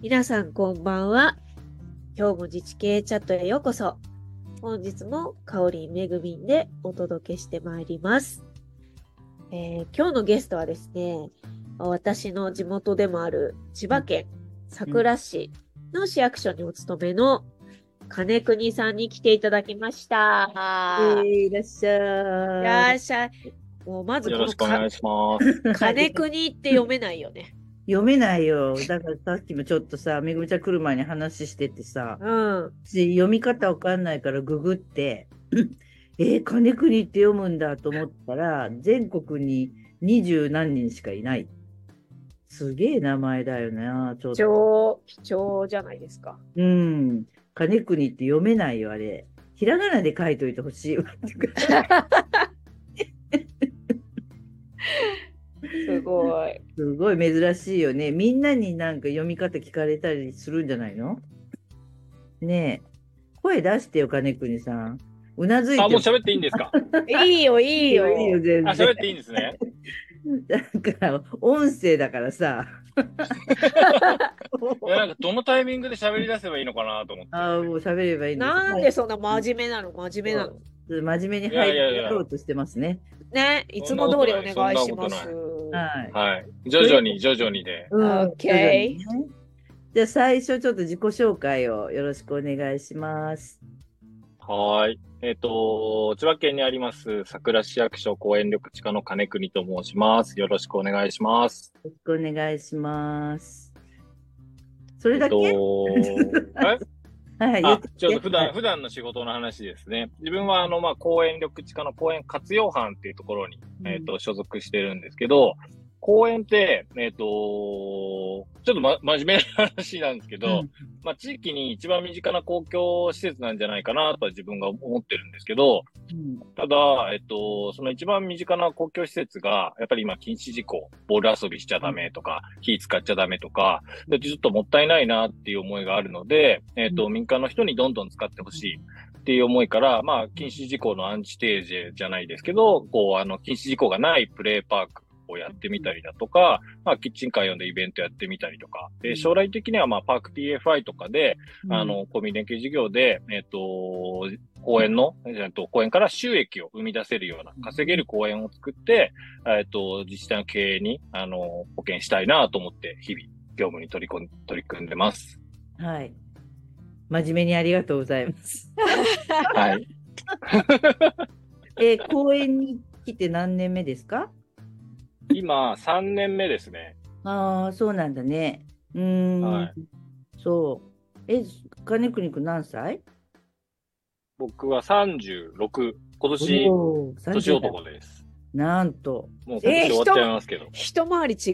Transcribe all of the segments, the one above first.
皆さんこんばんは。今日も自治系チャットへようこそ。本日もかおりんめぐみんでお届けしてまいります、えー今日のゲストはですね、私の地元でもある千葉県佐倉市の市役所にお勤めの金国さんに来ていただきました。いらっしゃいい。らっしゃい。もうまずこよのろしくお願かいします。金国って読めないよね。読めないよ。だからさっきもちょっとさ、めぐみちゃん来る前に話しててさ、うん。私読み方わかんないからググって、えー、金国って読むんだと思ったら、全国に二十何人しかいない。すげえ名前だよな、ちょっ貴と。重、貴重じゃないですか。うん。金国って読めないよ、あれ。ひらがなで書いといてほしいわ。すごい。すごい珍しいよね。みんなになんか読み方聞かれたりするんじゃないのねえ。声出してよ、金国さん。うなずいてあ、よもう喋っていいんですか。いいよ、いいよ。いいよ、全あ、喋っ然。ていいんですね。だから、音声だからさ。いや、なんかどのタイミングで喋り出せばいいのかなと思って。ああ、もう喋ればいいんですなんでそんな真面目なの、真面目なの。真面目にいや入いやいりややろうとしてますね。ね、いつも通りお願いしそんなこまとすない。はい。はい。徐々に徐々にで。うん OK 徐々にねじゃあ、最初ちょっと自己紹介をよろしくお願いします。はーい。えっ、と、千葉県にあります桜市役所公園緑地課の金国と申します。よろしくお願いします。よろしくお願いします。そえれっだけ、と、 えはい、言あて、ちょっと普は段、い普段の仕事の話ですね。自分は、あの、まあ、公園緑地課の公園活用班っていうところに、うんえっ、と、所属してるんですけど、公園って、えっ、とちょっと、ま、真面目な話なんですけど、うんまあ、地域に一番身近な公共施設なんじゃないかなとは自分が思ってるんですけど、うんただ、えっと、その一番身近な公共施設が、やっぱり今禁止事項、ボール遊びしちゃダメとか、火使っちゃダメとか、でちょっともったいないなっていう思いがあるので、えっと、う民間の人にどんどん使ってほしいっていう思いから、まあ、禁止事項のアンチテーゼじゃないですけど、こう、あの、禁止事項がないプレイパークをやってみたりだとか、まあ、キッチンカー呼んでイベントやってみたりとか、うんで、将来的にはまあ、パーク PFI とかで、うんあの、コミュニケ事業で、えっ、と、公園の、えっ、と、公園から収益を生み出せるようなうん、稼げる公園を作って、えっ、と、自治体の経営に、あの、保険したいなと思って、日々、業務に取り込ん、取り組んでます。はい。真面目にありがとうございます。 はい。えー公園に来て何年目ですか 今、3年目ですね。ああ、そうなんだね。うーん、はいそう。え、金国君何歳僕は36、今年、おー年30代男です。なんと。もう今年終わっちゃいますけど。一回り違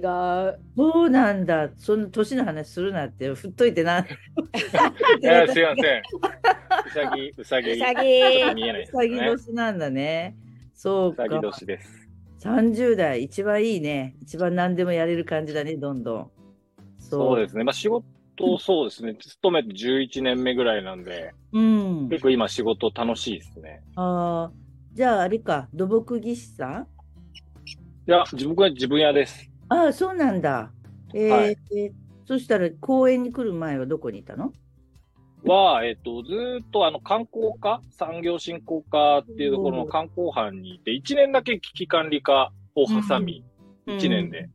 う。そうなんだ。その年の話するなって、振っといてな。いや、すいません。うさぎ、うさぎ、うちょさっぎ。と見えないです うさぎね。う年なんだね。そうかさ。ぎ年です。 30代、一番いいね。一番何でもやれる感じだね、どんどん。。そうですすね。まあ仕事、そうですね。勤めて11年目ぐらいなんで、うん。結構今仕事楽しいですね。ああ、じゃああれか、土木技師さんいや、自分は自分屋です。ああ、そうなんだ。えーはいえーそしたら公園に来る前はどこにいたのは、えっと、ずーっとあの観光課、産業振興課っていうところの観光班にいて、1年だけ危機管理課を挟み、1年で。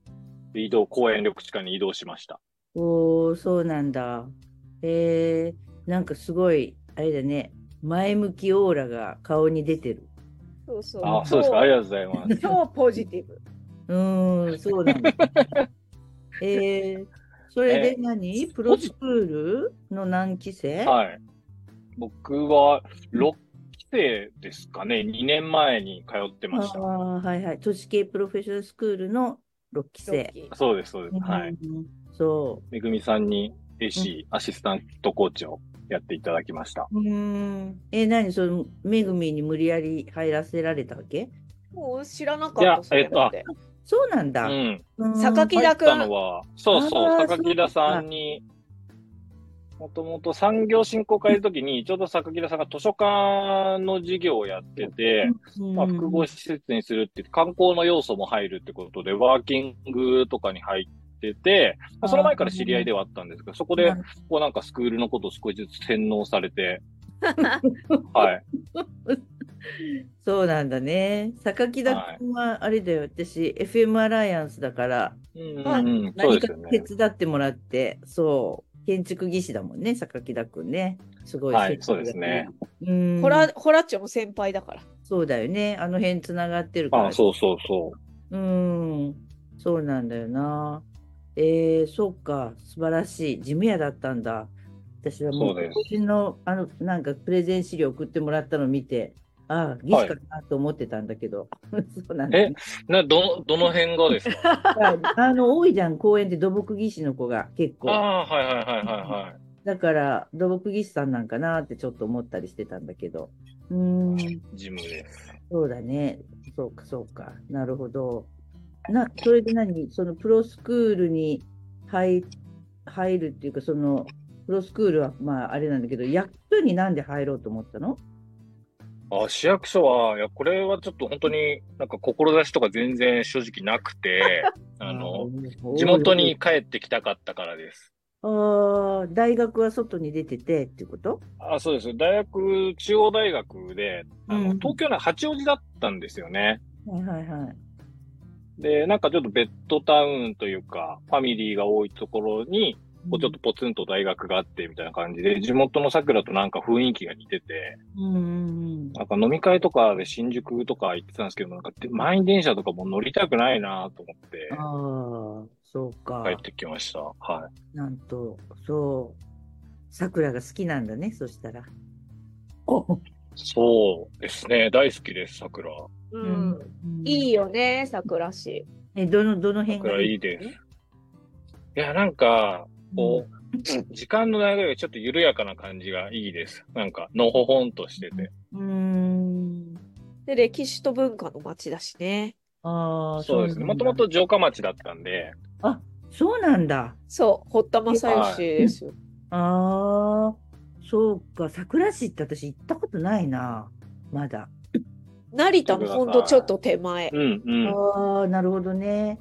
で移動、公園緑地課に移動しました。うん。おお、そうなんだ。えー、なんかすごい、あれだね、前向きオーラが顔に出てる。そうそう。あそうですか。ありがとうございます。超超ポジティブ。うーん、そう なんだ。えー、それで何、プロスクールの何期生 はい。僕は6期生ですかね。2年前に通ってましたあ。あ、はいはい。都市系プロフェッショナルスクールの6期ロッ生。キーそうです、そうです。はい。うん。そう。めぐみさんに AC、アシスタントコーチをやっていただきました。うーん。え、何その、めぐみに無理やり入らせられたわけもう知らなかいっやた。それえっとまでそうなんうだ。ん。うーん榊田入ったの君。は、そうそあう、ー榊田さんに、もともと産業振興会の時に、ちょうど榊田さんが図書館の事業をやってて、まあ、複合施設にするって、観光の要素も入るってことで、ワーキングとかに入ってて、まあその前から知り合いではあったんですけど、そこで、こうなんかスクールのことを少しずつ洗脳されて、はい。そうなんだね。榊田君はあれだよ、私、FM アライアンスだから、うんまあうん、そう何ですかよね手。伝ってもらって、そう、建築技師だもんね、榊田君ね。すごい、はいそうですね。うん、ホラ、ホラッチョも先輩だから。そうだよね。あの辺つながってるから。あ、そうそうそう。うーん、そうなんだよな。えー、そうか、素晴らしい。事務屋だったんだ。私はもう、そうです個人の、あの、なんかプレゼン資料送ってもらったの見て、ああ、技師かなと思ってたんだけど、 そうなんだね。な、どの、どの辺がですかあの、多いじゃん、公園で土木技師の子が結あ構。 あ、はいはいはいはいはい。だから、土木技師さんなんかなってちょっと思ったりしてたんだけど。うーん、ジムです。そうだね。そうか、そうか。なるほど。な、それで何そのプロスクールに入入るっていうか、その、プロスクールは、まあ、あれなんだけど、役所になんで入ろうと思ったのあ、市役所は、いや、これはちょっと本当になんか志とか全然正直なく て、あの、、地元に。帰ってきたかったからです。あー大学は外に出ててっていうことあ、そうです。大学、中央大学で、あの、うん東京の八王子だったんですよね。はいはいはい。で、なんかちょっとベッドタウンというか、ファミリーが多いところに、こうちょっとポツンと大学があってみたいな感じで、地元の桜となんか雰囲気が似てて、うんうんなんか飲み会とかで新宿とか行ってたんですけど、なんかで満員電車とかもう乗りたくないなと思ってうん。ああ、そうか。帰ってきました。はなんと、そう。桜が好きなんだね、そしたら。い。そうですね。大好きです、桜。う。うんい。いいよね、桜市。え、どの、どの辺桜がいいです。いや、なんか、こう、時間の流れがちょっと緩やかな感じがいいです。なんか、のほほんとしてて。うーん。で、歴史と文化の街だしね。ああ、そうですね。なもんとだもと城下町だったんで、あ、そうなんだ。そう、堀田正義ですよ。ああ、そうか。桜市って私行ったことないな。まだ。成田もほんとちょっと手前。うんうん。ああ、なるほどね。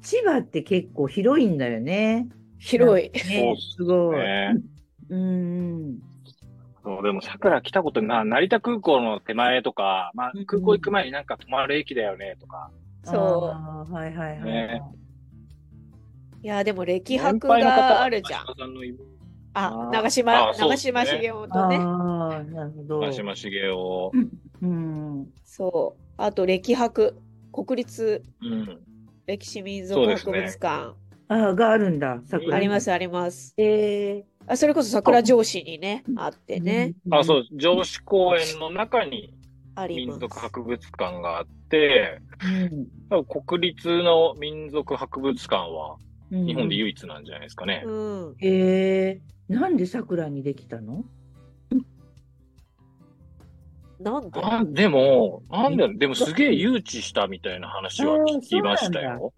千葉って結構広いんだよね。広い。ね、すごい。ねうんうん。そう、でも桜来たことない、まあ、成田空港の手前とか、まあうんうん、空港行く前になんか泊まる駅だよね、とか。そうあーはいはいはいはいね。いや、でも歴気博があるじゃん。。ああー、長島、あそう長ですね島茂雄あとね。あ、なるほど。長島茂雄を。うん。そう。あと、歴博。国立うん。歴史民族博物館。ああ、があるんだ。桜。あります、あります。えあそれこそ桜城市にね、あってね。。あ、うそん。う、城址公園の中にありま民す。族博物館があって、うん多分国立の民族博物館はうん日本で唯一なんじゃないですかね。うん。えー、なんで桜にできたのなんであでも、なんだろう、でもすげえ誘致したみたいな話は聞きましたあーよ、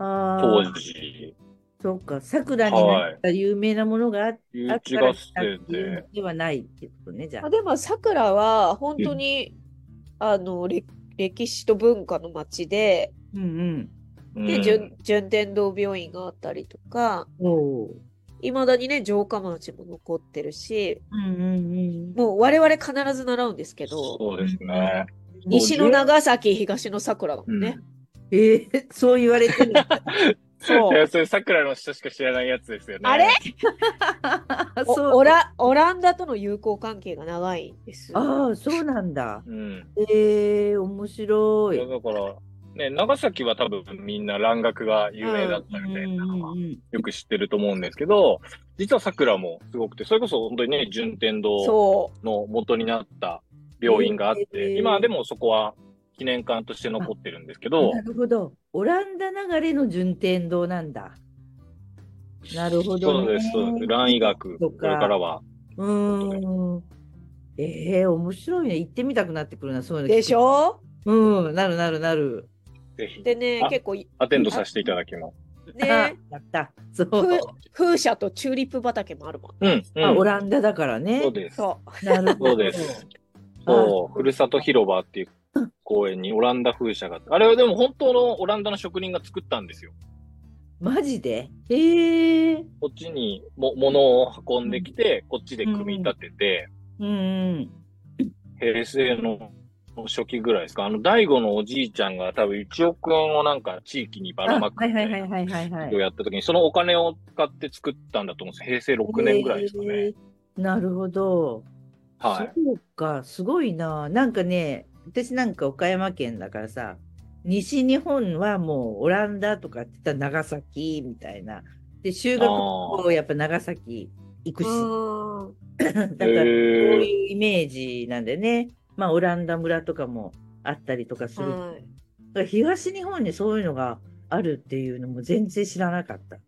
ああ、当時。そうか、桜になった有名なものがあっ誘あっ致たら合来たっ戦ていうでの。ではないっていうことね、じゃまあ、あ。でも桜は本当に、あのれ歴史と文化の街でうんで、うん順順天堂病院があったりとかうん。おう。いまだにね城下町も残ってるしうんうんもう我々必ず習うんですけどそうですね。うん。西の長崎東の桜だもうんんね、 えー、そう言われ てる。そいうや、それ桜の人しか知らないやつですよね。あれおそうオラオランダとの友好関係が長いんですああ、そうなんだ。うん。えー、面白いい。やだから、ね、長崎は多分みんな蘭学が有名だったみたいなのはうんうんうんよく知ってると思うんですけど、実は桜もすごくて、それこそ本当にね、順天堂その元になった病院があって、へー今でもそこは記念館として残ってるんですけどな、るほど。オランダ流れの順天堂なんだ。なるほど、ね。そうです、そうです。蘭医学、そこっかれからは。うーん。ええ面白いね。行ってみたくなってくるな、そういううの。でしょうん、なるなるなる。ぜひ、でねあ結構いアテンドさせていただきます。ね やった。そう。ふ風車とチューリップ畑もあるもんうん、うあオん。ランダだからね。そうです。そうなるほど。そうですそう、ふるさと広場っていう公園にオランダ風車があってあれはでも本当のオランダの職人が作ったんですよ。マジでへえ。こっちにも物を運んできて、こっちで組み立てて、うん平成の初期ぐらいですか。あの、大悟のおじいちゃんが多分1億円をなんか地域にばあらまくはみいたはいいはないはいはいはをやった時に、そのお金を使って作ったんだと思うんですよ。平成6年ぐらいですかへね。えなるほど。はい。そうか、すごいな。なんかね、私なんか岡山県だからさ、西日本はもうオランダとかって言ったら長崎みたいな。で、修学旅行やっぱ長崎行くし、あだからそうへーいうイメージなんでね。まあオランダ村とかもあったりとかすあ。る。だかはい。ら東日本にそういうのがあるっていうのも全然知らなかった。へ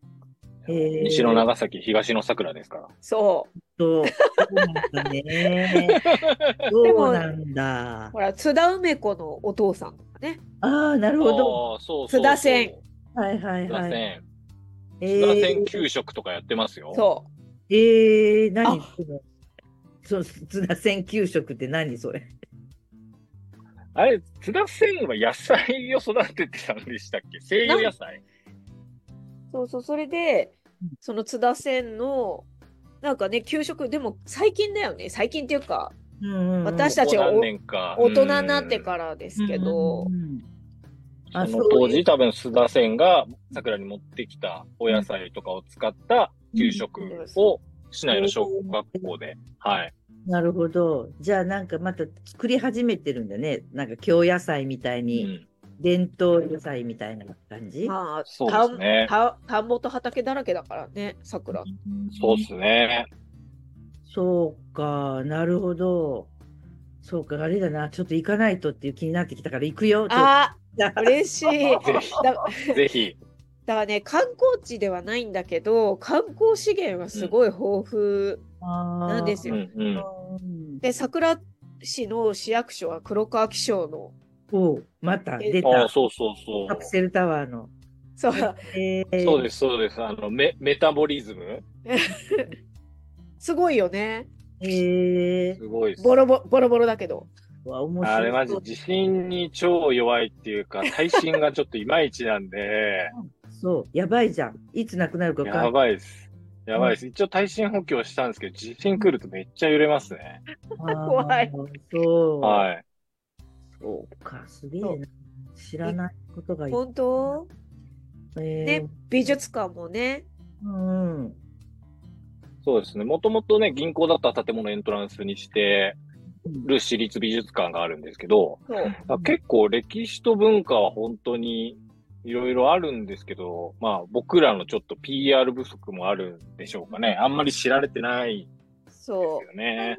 え西の長崎、東の桜ですから。そそう。そうなんだね。 そうなんだう。。ほら、津田梅子のお父さんとかね。ああ、なるほど。ああ、そうそうそう。津田線。はいはい津田はい。線。え津田線給食とかやってますよ。そえー、何あそのそう、津田線給食って何それ。あれ、津田線は野菜を育ててたんでしたっけ西洋野菜う。そうそう。それでうん、その津田線の、なんかね、給食、でも最近だよね。最近っていうか、うんうんうん私こたちこがお何年か。大人になってら。からですけどうん、うんうんあその当そうい時、多分須田線が桜に持ってきたお野菜とかを使った給食を市内の小学校で、はい。なるほど。じゃあなんかまた作り始めてるんだね。なんか京野菜みたいうに、ん、伝統野菜みたいな感じ。まあ、そうですね田ん田田んぼと畑だらけだからね、桜。そうですね。そうか、なるほど。そうか、あれだな。ちょっと行かないとっていう気になってきたから行くよ。ちょっとああ、嬉しい。ぜひだ ぜひ、だからね観光地ではないんだけど観光資源はすごい豊富なんですうよ。んうん。うんで桜市の市役所は黒川紀章のおうまた出ああ、た。そうそうそカプう。セルタワーの。そうえーそうです、そうです。あの、メメタボリズムすごいよねえすごいです。ボロボボロボロだけどー、わ面白いあれマジ、地震に超弱いっていう か、耐震がちょっといまいちなんで、そう、やばいじゃん。いつなくなるかわかんなやいばいです。やばいです。一応耐震補強したんですけど、地震来るとめっちゃ揺れますね。あー怖い。そう、はい。そうか、すげえな。知らないことがいっ本当ぱい。えねー美術館もねうんうん。そうですね。もともとね、銀行だった建物をエントランスにしてる私立美術館があるんですけど、そうあ結構歴史と文化は本当にいろいろあるんですけど、まあ僕らのちょっと PR 不足もあるんでしょうかね。あんまり知られてないでそすよね。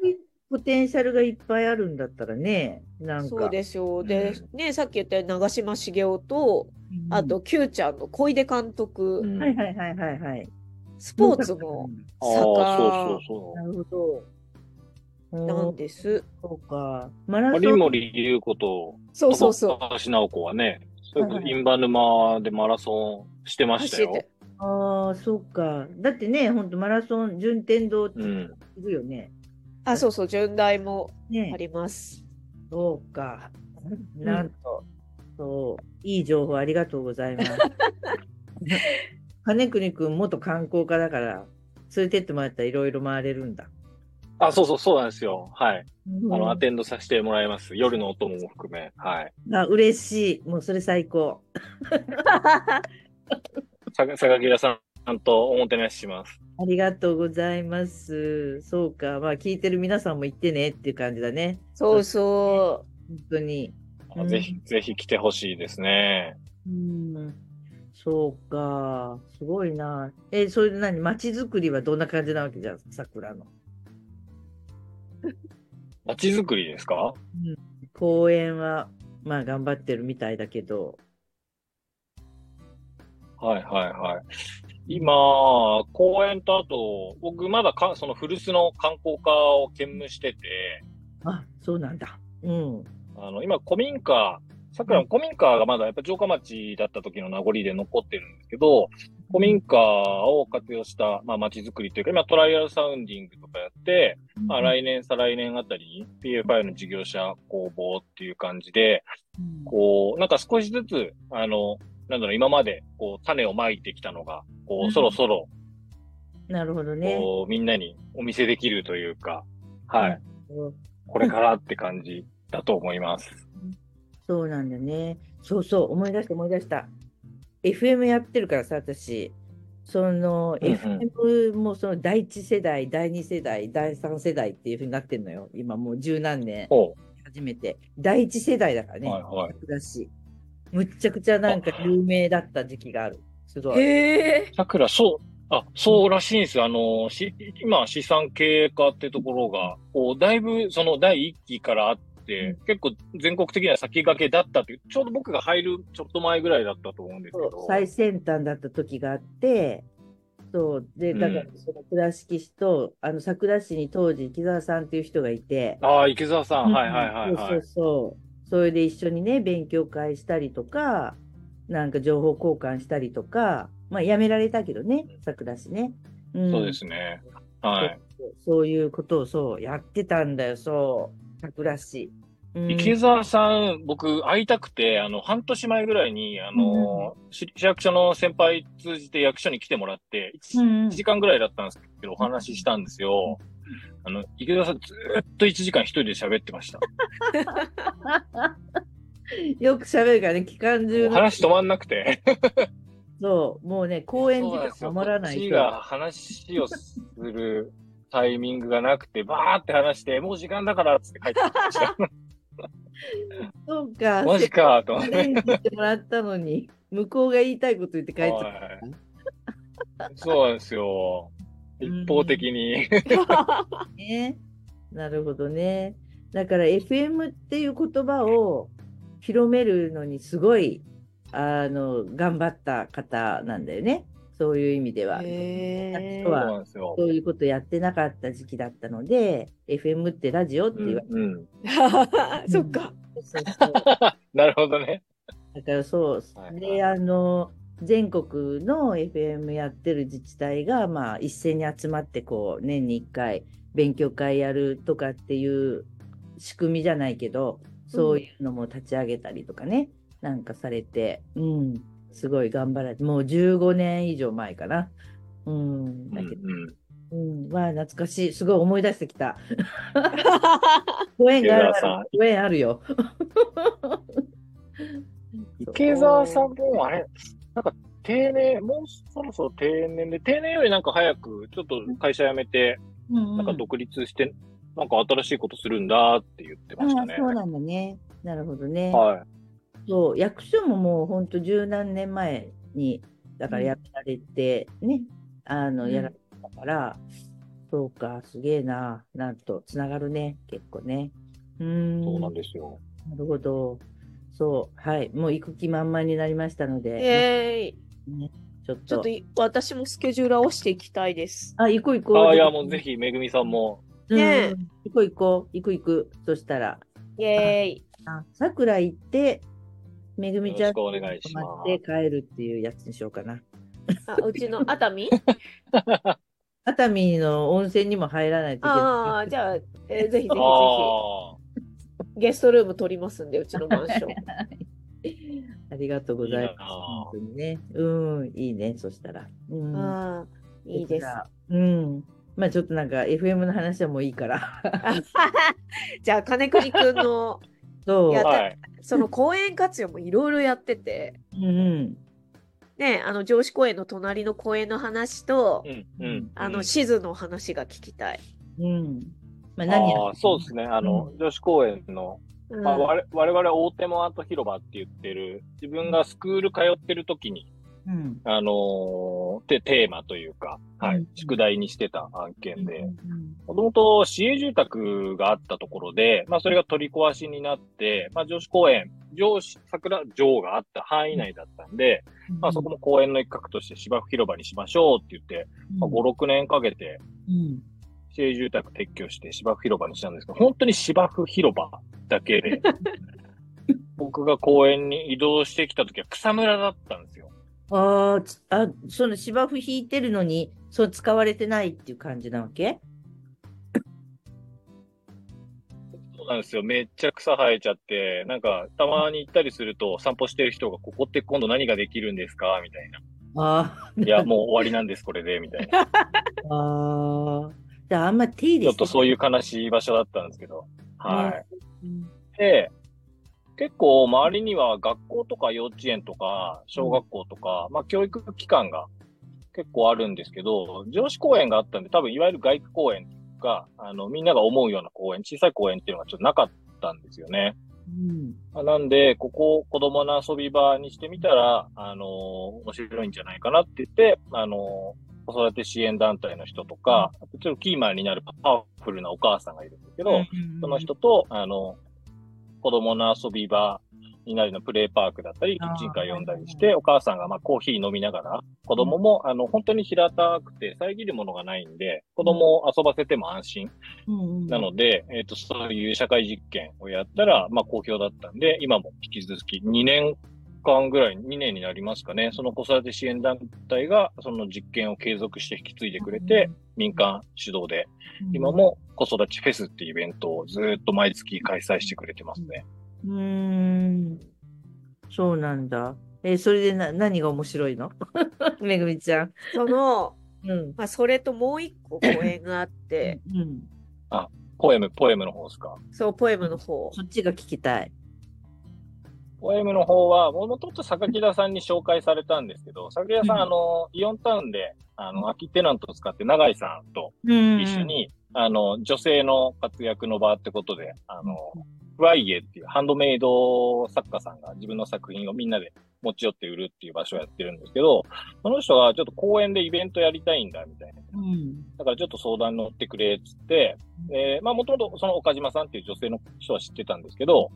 ポテンシャルがいっぱいあるんだったらね、なうんか。そうですよんでねさっき言ったように長嶋茂雄とうんあと Q ちゃんの小出監う督んはいはいはいはいはい。スポーツもあ盛んあ、そうそうなるほど。なうんんですそうか。マラそう。ソ有ン。森優子と、そうそうそう高橋直子はね、それこそはいはいインバ沼でマラソンしてました走っよて。ああ、そうか。だってね、本当マラソン、順天堂ってういん。るよね。あそうそう順大もねありますそうか。なんと、そう、いい情報ありがとうござい ます。金国くん、元観光家だから、連れてってもらったらいろいろ回れるんだ。あ、そうそう、そうなんですよ。はい。あの、うアテンドさせてもらいます。夜のお供も含め。はい。んあ嬉しい。もうそれ最高。さ榊原さんとおもてなしします。ありがとうございます。そうか。まあ、聞いてる皆さんも行ってねっていう感じだね。そうそ本当に。あうんぜひ、ぜひ来てほしいですね。うん。そうか。すごいな。え、それで何街づくりはどんな感じなわけじゃん桜の。街づくりですか公演は、まあ、頑張ってるみたいだけど。はいはいはい。今、公園とあと、僕まだか、その古巣の観光課を兼務してて、あ、そうなんだ。うん。あの、今、古民家、桜の古民家がまだやっぱ城下町だった時の名残で残ってるんですけど、古民家を活用した、まあ、街づくりというか、今トライアルサウンディングとかやって、まあ、来年、再来年あたりに PFI の事業者工房っていう感じで、こう、なんか少しずつ、あの、なんだろう、今まで、こう、種をまいてきたのが、こう、うんそろそろ、なるほどね。こう、みんなにお見せできるというか、はういん。そうこれからって感じだと思います。そうなんだね。そうそう、思い出した思い出した。FM やってるからさ、私。その、うんうん FM もその第一世代、第二世代、第三世代っていうふうになってんのよ。今もう十何年ほ初めて。第一世代だからう。ね。はいはい。だし。むっちゃくちゃなんか有名だった時期がある。すごい。へ え。桜、そう、あ、そうらしいんですよ。あの、し今、資産経営化ってところが、こう、だいぶ、その第一期からあって、結構全国的には先駆けだったっていう、ちょうど僕が入るちょっと前ぐらいだったと思うんですけそうど。最先端だった時があって、そう、で、うだんから、その倉敷市と、あの、桜市に当時、木澤さんっていう人がいて、ああ、池澤さん。はいはいはいそはうそいう。そう。それで一緒にね、勉強会したりとか、なんか情報交換したりとか、まあ、やめられたけどね、桜市ね。うんそうですね。はい。そうそういうことをそうやってたんだよ、そう、桜市。うん池澤さん、僕、会いたくて、あの、半年前ぐらいに、あの、市市役所の先輩通じて役所に来てもらって、う 1, んうん時間ぐらいだったんですけど、お話ししたんですよ。あの、池澤さん、ずーっと1時間一人で喋ってました。よく喋るからね、期間中もうの。話止まんなくて。そう、もうね、公演時間守らないそうなんですよこっち人が話をするタイミングがなくて、バーって話して、もう時間だからっつって帰ってきました。そうか、 マジかと思っチてャレンジしてもらったのに、向こうが言いたいこと言って帰っちゃっはいそうなんですうよ。ん一方的に。たね。なるほどね。だから FM っていう言葉を広めるのにすごいあの頑張った方なんだよね。そういう意味では。へ そうそうはなんですよ。そういうことやってなかった時期だったので、FM ってラジオってう言んわれて、うん。ーそっか。そうそうなるほどね。だからそう、はいはいであの全国の FM やってる自治体が、まあ、一斉に集まってこう年に1回勉強会やるとかっていう仕組みじゃないけどそういうのも立ち上げたりとかね、なんかされて、うん、すごい頑張られてもう15年以上前かな。うん、うんだうけど、ん。うん、わあ懐かしい、すごい思い出してきた。ご縁がある池田さんご縁あるよ。池澤さんもあれ、なんか定年、もうそろそろ定年で、定年よりなんか早く、ちょっと会社辞めて、ななんか独立して、なんか新しいことするんだって言ってましたねああ、。そうなんだね。なるほどね。はい。そう、役所ももう本当十何年前に、だからうんやめられてね、あうの、んやられたから、そうか、すげえな、なんと、つながるね、結構ね。うーん、そうなんですよ。なるほど。そう、はい、もう行く気満々になりましたので、ええ。ちょっと。ちょっとい私もスケジュール合わせていきたいです。あ、行こう行こう。ああ、いや、もうぜひ、めぐみさんも。 うん。ねえ行こう行こう、行く行く。そしたら、イエーイ。あ桜行って、めぐみちゃん、よろしくお願いします泊って帰るっていうやつにしようかな。あ、うちの熱海熱海の温泉にも入らないといけあなあ、い。じゃあ、えーぜひぜひぜひあ。あ。ゲストルーム取りますんで、うちのマンション。ありがとうございますいい。なあ本当にね。うん、いいね、そしたら。うん、ああ、いいですだ。から。うん。まあちょっとなんか FM の話はもうい いから。じゃあ、金栗くんの、そう。やはい。その公園活用もいろいろやってて、うんうん。ね、あの、上司公園の隣の公園の話とう、んうんあうの、ん地図の話が聞きたい。うん。まあ何やああそうですね。あの、女子公園の、うんまあ、我我々大手門跡広場って言ってる、自分がスクール通ってる時に、うん。あのーてテーマというか、はういん、宿題にしてた案件で、うんもともと市営住宅があったところで、まあ、それが取り壊しになって、まあ、女子公園、上司、桜城があった範囲内だったんで、まあ、そこも公園の一角として芝生広場にしましょうって言って、まあ、5、6年かけて、うん市営住宅撤去して芝生広場にしたんですけど、本当に芝生広場だけ で、僕が公園に移動してきた時は草むらだったんですよ。あーつあ、その芝生引いてるのに、そう使われてないっていう感じなわけそうなんですよ。めっちゃ草生えちゃって、なんか、たまに行ったりすると、散歩してる人が、ここって今度何ができるんですかみたいな。あいや、もう終わりなんです、これで、みたいな。ーあー。じゃあ、あんま手入れ。ちょっとそういうう悲しい場所だったんですけど。はうい。んで、結構周りには学校とか幼稚園とか小学校とか、まあ教育機関が結構あるんですけど、女子公園があったんで、多分いわゆる外区公園が、あの、みんなが思うような公園、小さい公園っていうのがちょっとなかったんですよね。うん。まあなんで、ここを子供の遊び場にしてみたら、あのー面白いんじゃないかなって言って、あのー子育て支援団体の人とか、あとちょっとキーマンになるパワフルなお母さんがいるんですけど、その人と、あの、子供の遊び場になるのプレイパークだったり、キあーッチンカー呼んだりして、お母さんがまあコーヒー飲みながら、子供も、あの、本当に平たくて遮るものがないんで、子供を遊ばせても安心うんうんなので、えっ、と、そういう社会実験をやったら、まあ好評だったんで、今も引き続き2年間ぐらい、2年になりますかね、その子育て支援団体がその実験を継続して引き継いでくれて、、民間主導で今。も子育ちフェスっていうイベントをずーっと毎月開催してくれてますね。うーん。そうなんだ。え、それでな何が面白いの めぐみちゃん。その、うん。まあ、それともう一個公演があ って、うん、ポエム、ポエムの方ですか。そう、ポエムの方。 そっちが聞きたい。ポエムの方は、もともと榊田さんに紹介されたんですけど、榊田さうんん、あの、イオンタウンで、あの、空きテナントを使って永井さんとうん一緒。に、あの、女性の活躍の場ってことで、あの、フワイエっていうハンドメイド作家さんが自分の作品をみんなで持ち寄って売るっていう場所をやってるんですけど、その人がちょっと公園でイベントやりたいんだみたいな。うん。だからちょっと相談に乗ってくれっつって、えまあもともとその岡島さんっていう女性の人は知ってたんですけど、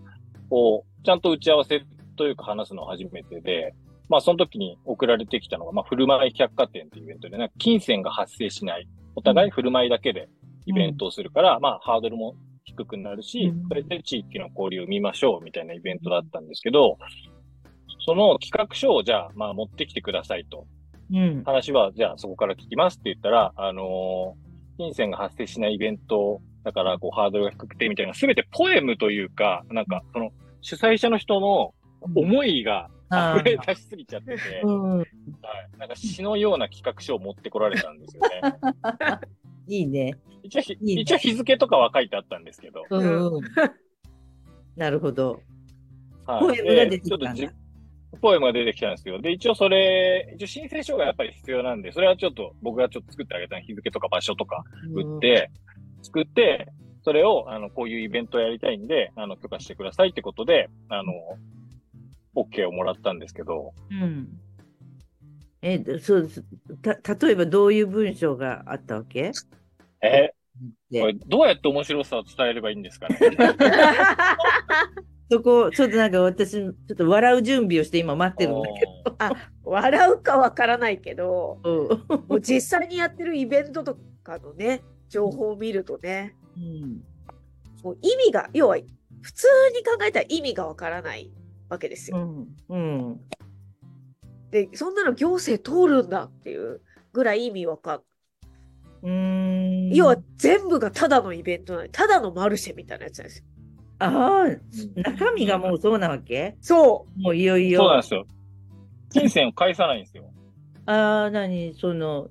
こう、ちゃんと打ち合わせというか話すのは初めてで、まあその時に送られてきたのが、まあ振る舞い百貨店っていうイベントで、なんか金銭が発生しない。お互い振る舞いだけでイベントをするから、まあハードルも低くなるし、うんそれで地域の交流を見ましょうみたいなイベントだったんですけど、その企画書をじゃあ、まあ持ってきてくださいと。うん。話は、じゃあそこから聞きますって言ったら、あのー金銭が発生しないイベント、だから、こう、ハードルが低くてみたいな、すべてポエムというか、なんか、その、主催者の人の思いが溢れ出しすぎちゃってて、はうん。い、なんか詩のような企画書を持ってこられたんですよね。 いいね。一応ひ、いいね一応日付とかは書いてあったんですけど、うんうん。なるほど。はい、ポエムが出でてきたんだちょっとじポエムが出てきたんですよ。で、一応それ、一応申請書がやっぱり必要なんで、それはちょっと僕がちょっと作ってあげた日付とか場所とか売って、作って、それを、あの、こういうイベントをやりたいんで、あの、許可してくださいってことで、あの、OK をもらったんですけど、うん。え、そうです。た、例えばどういう文章があったわけえでこれどうやって面白さを伝えればいいんです かねそこ、ちょっとなんか私、ちょっと笑う準備をして今待ってるんだけ笑うかわからないけど、ど。もう実際にやってるイベントとかのね、情報を見るとね、うん。もう意味が、要は普通に考えたら意味がわからないわけですうよ。ん。うん。で、そんなの行政通るんだっていうぐらい意味わかんうん。要は全部がただのイベントなのただのマルシェみたいなやつなんですよ。ああ、 中身がもうそうなわけそうもういよいよ。そうなんですよ。金銭を返さないんですよ。ああ、何その、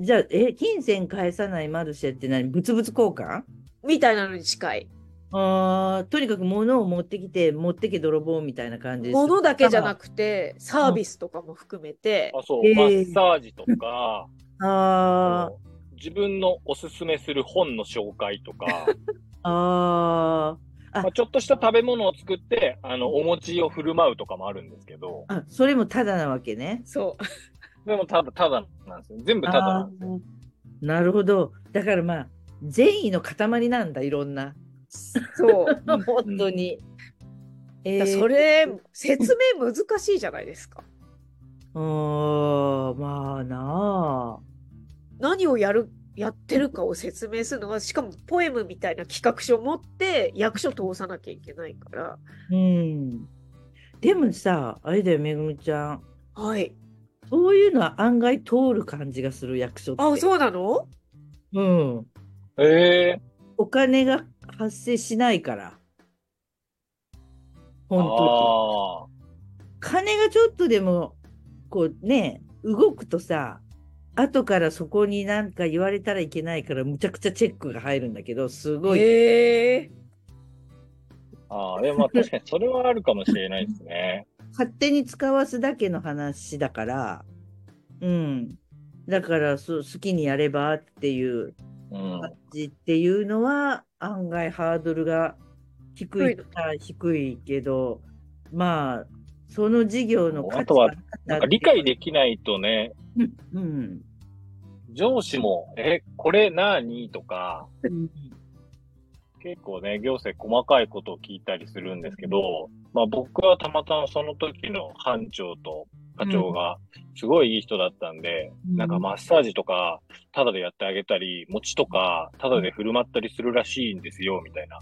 じゃあ、え、金銭返さないマルシェって何物々交換みたいなのに近い。ああ、とにかく物を持ってきて、持ってけ泥棒みたいな感じです。物だけじゃなくて、サービスとかも含めて、あ、そう、えーマッサージとか、あこう自分のおすすめする本の紹介 とか、あ、ああまあ、ちょっとした食べ物を作って、あの、お餅を振る舞うとかもあるんですけど、あ、あ、それもただなわけね。そう。でもただ、ただなんですよ。全部ただなんですよ。あーなるほど。だからまあ、善意の塊なんだ、いろんな。 そう。本当に。えだからー、それ、説明難しいじゃないですか。うーん、まあなあ。何をやる、やってるかを説明するのが、しかもポエムみたいな企画書を持って役所通さなきゃいけないから。うん。でもさ、あれだよ、めぐみちゃん。はい。そういうのは案外通る感じがする役所って。あ、そうなのうん。ええお金が発生しないから。あ本当に。あ金がちょっとでも、こうね、動くとさ、後からそこになんか言われたらいけないから、むちゃくちゃチェックが入るんだけど、すごい。へ え。ああ、でもまあ確かにそれはあるかもしれないですね。勝手に使わすだけの話だから、うん。だから、そう、好きにやればっていう うん。感じっていうのは、案外ハードルが低いっちゃ低いけど、まあ、その事業の価値あとはがなんか理解できないとね、うん。上司も、え、これ何とか、結構ね、行政細かいことを聞いたりするんですけど、まあ僕はたまたまその時の班長と課長がすごいいい人だったんで、なんかマッサージとかタダでやってあげたり、餅とかタダで振る舞ったりするらしいんですよ、みたいな。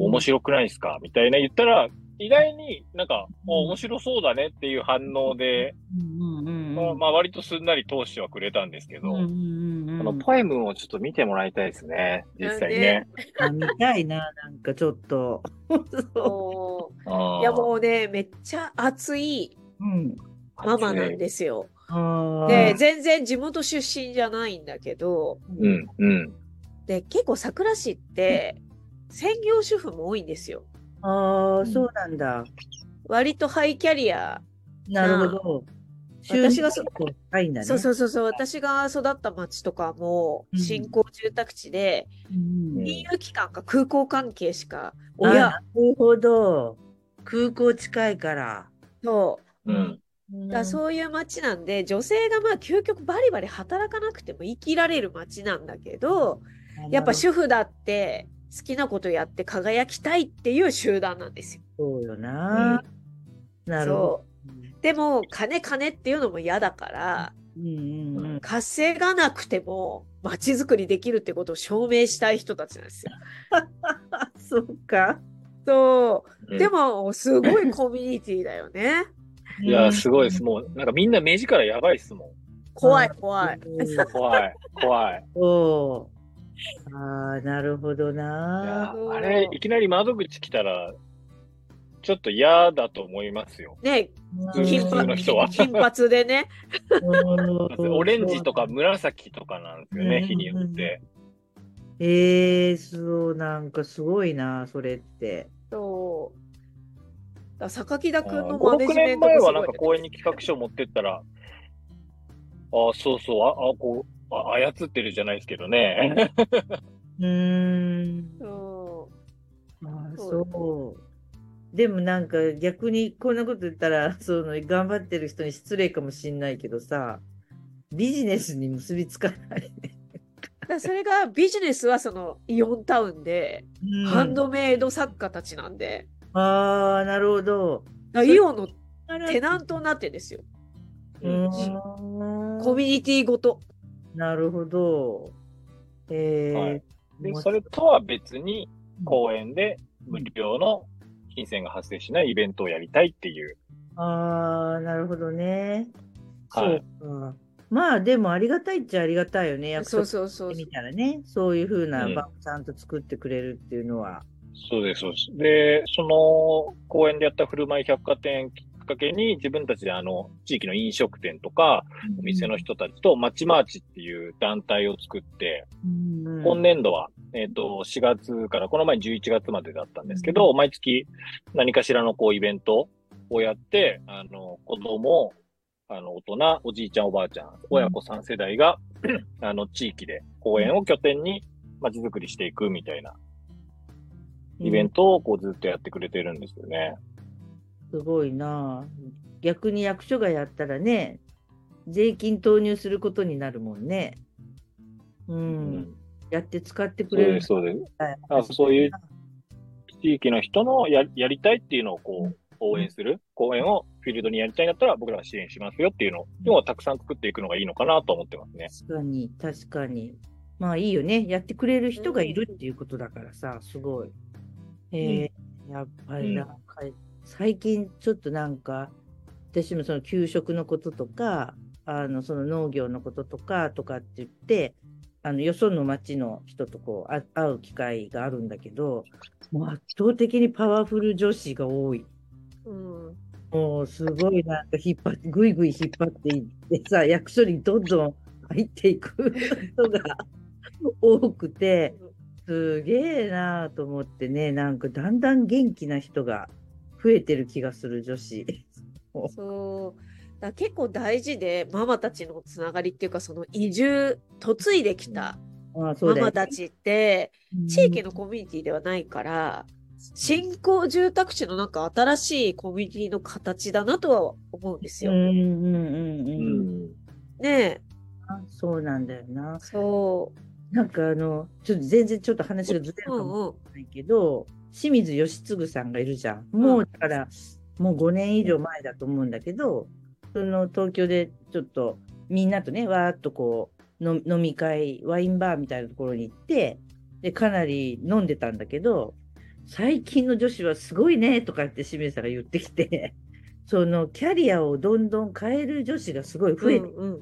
面白くないですかみたいな言ったら、意外になんか、お面白そうだねっていう反応で、うんうんまあまあ割とすんなり通してはくれたんですけど、うんうんうんこのポエムをちょっと見てもらいたいですね、実際ね。あ見たいな、なんかちょっ と。そもうあーいやもうねめっちゃ熱いううん。ママなんですよ。あーで全然地元出身じゃないんだけどうん、うん。で結構佐倉市って専業主婦も多いんですよ。あー、そうなんだ。割とハイキャリア、なるほど。私が収入結構高いんだね。そうそうそうそう私が育った町とかもうん新興住宅地でうん金融機関か空港関係しかあ親なるほど。空港近いから。とうん。だからそういう町なんで女性がまあ究極バリバリ働かなくても生きられる町なんだけどやっぱそ主婦だって好きなことやって輝きたいっていう集団なんですよ。うよな。なるほど。そうでも金金っていうのも嫌だからうんうんうん。稼がなくても町づくりできるってことを証明したい人たちなんですよ。あ、そうか。そうでも、もすごいコミュニティだよね。いや、すごいです。もう、なんかみんな目力やばいっすも怖い怖い。うん。ん。怖い、 怖い。そう。ああ、なるほどいやな。そうあれ、いきなり窓口来たら、ちょっと嫌だと思いますよ。ねうん金普通の髪人は金髪でね。オレンジとかうん。紫とかなんですようんね、日によって。ええー、そう、なんかすごいな、それって。そう。だから榊田君のマ5、ネ6ジメ年ントも前すごはいなんか公園に企画書持ってったら、ああ、そうそう、ああ、こう、あ操ってるじゃないですけ どね。うーん。そああそうそう。でもなんか逆にこんなこと言ったら その頑張ってる人に失礼かもしんないけどさビジネスに結びつかない、うだからそれがビジネスはそのイオンタウンで、ハンドメイド作家たちなんで、 ああなるほど。だからイオンのテナンントになってんですよ。コミュトニティごと。なるほど。えーはいで面そ白れいとは別に、公園で無料の金銭が発生しないイベントをやりたいっていう。ああなるほどね。はいそうか。まあでもありがたいっちゃありがたいよね。約そう束そうそうしてみたらねそういうふうなうん場をちゃんと作ってくれるっていうのは。そうです、そうです。で、その公園でやった振る舞い百貨店きっかけに、自分たちであの、地域の飲食店とか、お店の人たちと、マッチマーチっていう団体を作って、今年度は、えっ、と、4月から、この前11月までだったんですけど、毎月何かしらのこうイベントをやって、あの、子供、あの、大人、おじいちゃん、おばあちゃん、親子3世代が、 あの、地域で公園を拠点に街づくりしていくみたいなイベントをこうずっとやってくれてるんですよね。すごいなあ逆に役所がやったらね、税金投入することになるもんね。う。うんやって使ってくそうれでるす、。そうです。はいあそういう地域の人のややりたいっていうのをこう応援する、公園をフィールドにやりたいんだったら僕らが支援しますよっていうのを、要はたくさん作っていくのがいいのかなと思ってますね。確かに、確かに。まあいいよね。やってくれる人がいるっていうことだからさ、すごい。えーやっぱりなんか、最近ちょっとなんか、私もその給食のこととか、あのその農業のこととかとかって言って、あのよその町の人とこうあ会う機会があるんだけどもう圧倒的にパワフル女子が多い。うん。もうすごいなんか引っ張ってぐいぐい引っ張っていってさ役所にどんどん入っていく人が多くてすげえなと思ってねなんかだんだん元気な人が増えてる気がする 女子。そう。だから結構大事でママたちのつながりっていうかその移住嫁いできたああそマうだよマたちって地域のコミュニティではないから新興住宅地のなんか新しいコミュニティの形だなとは思うんですうよ。んねうんうんううん、ん。えあそうなんだよな。そなんかあのちょっと全然ちょっと話がずれるう。かうもしれないんうん。ないけど清水義次さんがいるじゃんもうだから、もう5年以上前だと思うんだけどその東京でちょっとみんなとねわーっとこうの飲み会ワインバーみたいなところに行ってでかなり飲んでたんだけど最近の女子はすごいねとかって清水さんが言ってきてそのキャリアをどんどん変える女子がすごい増えてうんうん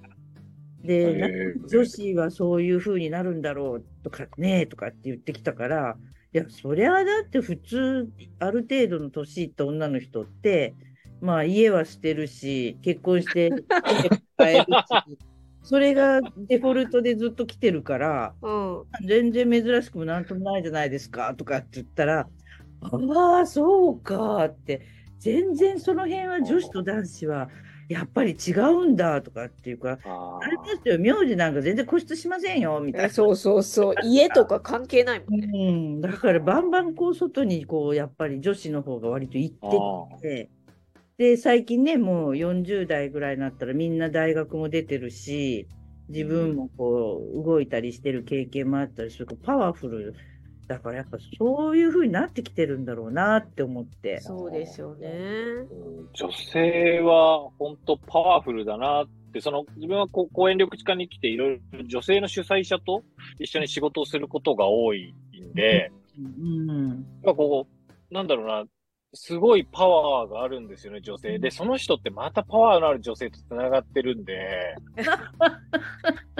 で、へーな女子はそういう風になるんだろうとかねとかって言ってきたから、いや、そりゃあだって普通、ある程度の年いった女の人って、まあ家は捨てるし、結婚して、買えるし、それがデフォルトでずっと来てるから、うん全然珍しくもなんともないじゃないですかとかって言ったら、ああ、そうかって、全然その辺は女子と男子はやっぱり違うんだとかっていうか、ああれですよ、名字なんか全然固執しませんよみたいえな。そうそう そう家とか関係ないもんね。うん、だからバンバンこう外にこうやっぱり女子の方が割と行あ。ってきてで最近ねもう40代ぐらいになったらみんな大学も出てるし自分もこう動いたりしてる経験もあったりするからパワフルだからやっぱそういう風になってきてるんだろうなって思っ てそうですよね。うん女性は本当パワフルだなって、その自分はこう公演緑地化に来ていろいろ女性の主催者と一緒に仕事をすることが多いんで、うんまあこう、なんだろうな、すごいパワーがあるんですよね、女性。で、その人ってまたパワーのある女性と繋がってるん で、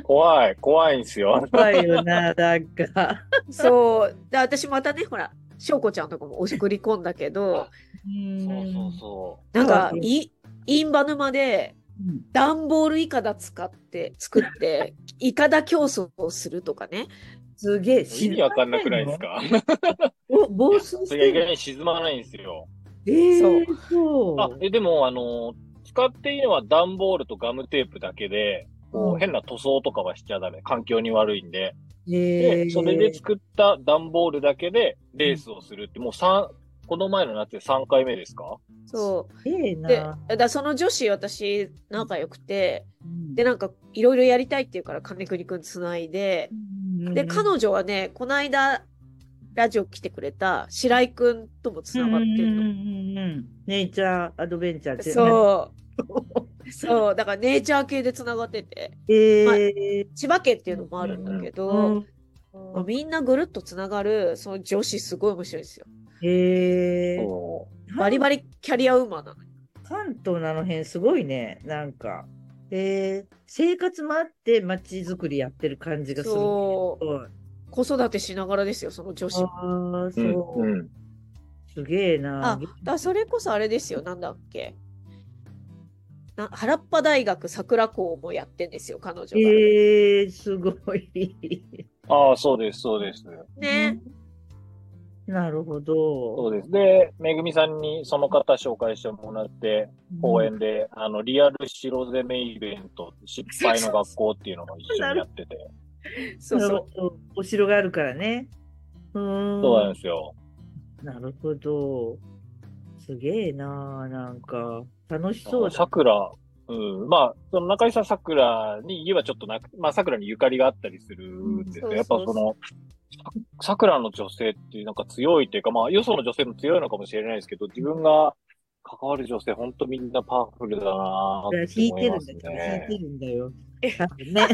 怖い、怖いんですよ。怖いよななんか、そうで私またねほら翔子ちゃんとかも送り込んだけどそうそうそなんかそういインバ沼でうん段ボールイカダ使って作っ てイカダ競争をするとかね。すげえう。意味わかんなくないですかお防水しそてれが意外る。に沈まないんですよ。えー、そそうう。あえでも、あの使っていいのは段ボールとガムテープだけで、こううん変な塗装とかはしちゃダメ。環境に悪いんで。えで、それで作った段ボールだけでレースをするって、もう三この前の夏で3回目ですかそええうでな。だからその女子私仲良くてうんで、なんかいろいろやりたいっていうから金国くんつないでで彼彼女はねこの間ラジオ来てくれた白井くんともつながってるの。ネイチャーアドベンチャーって そう。そう。だからネイチャー系でつながってて、え千葉県っていうのもあるんだけーど、うんまあみんなぐるっとつながる、その女子すごい面白いですよ。えーそうバリバリキャリアウーマンなの。関東なの辺すごいねなんかえー、生活もあって街づくりやってる感じがするそう。そう子育てしながらですよ、その女子。だかああうそんう、うんすげえなあらそれこそあれですよ、なんだっけ。な原っぱ大学桜校もやってんですよ、彼女が。えー、すごいああ、そうです、そうです。ね。なるほどそうです。で、めぐみさんにその方紹介してもらって、公演で、あの、リアル白攻めイベント、失敗の学校っていうのも一緒にやってて。そうなるそほどお城があるからね。うーん。そうなんですよ。なるほど。すげえな、なんか。楽しそそうう、だ。桜、うん、まあ、その中井さん、桜に家はちょっとなく、まあ、桜にゆかりがあったりするんですけど、うんやっぱそうそそうの、さ桜の女性っていうなんか強いというか、まあ、よその女性も強いのかもしれないですけど、自分が関わる女性、ほんとみんなパワフルだなーって弾い思ているまんすだねけど、弾いてるんだよ。多分ね。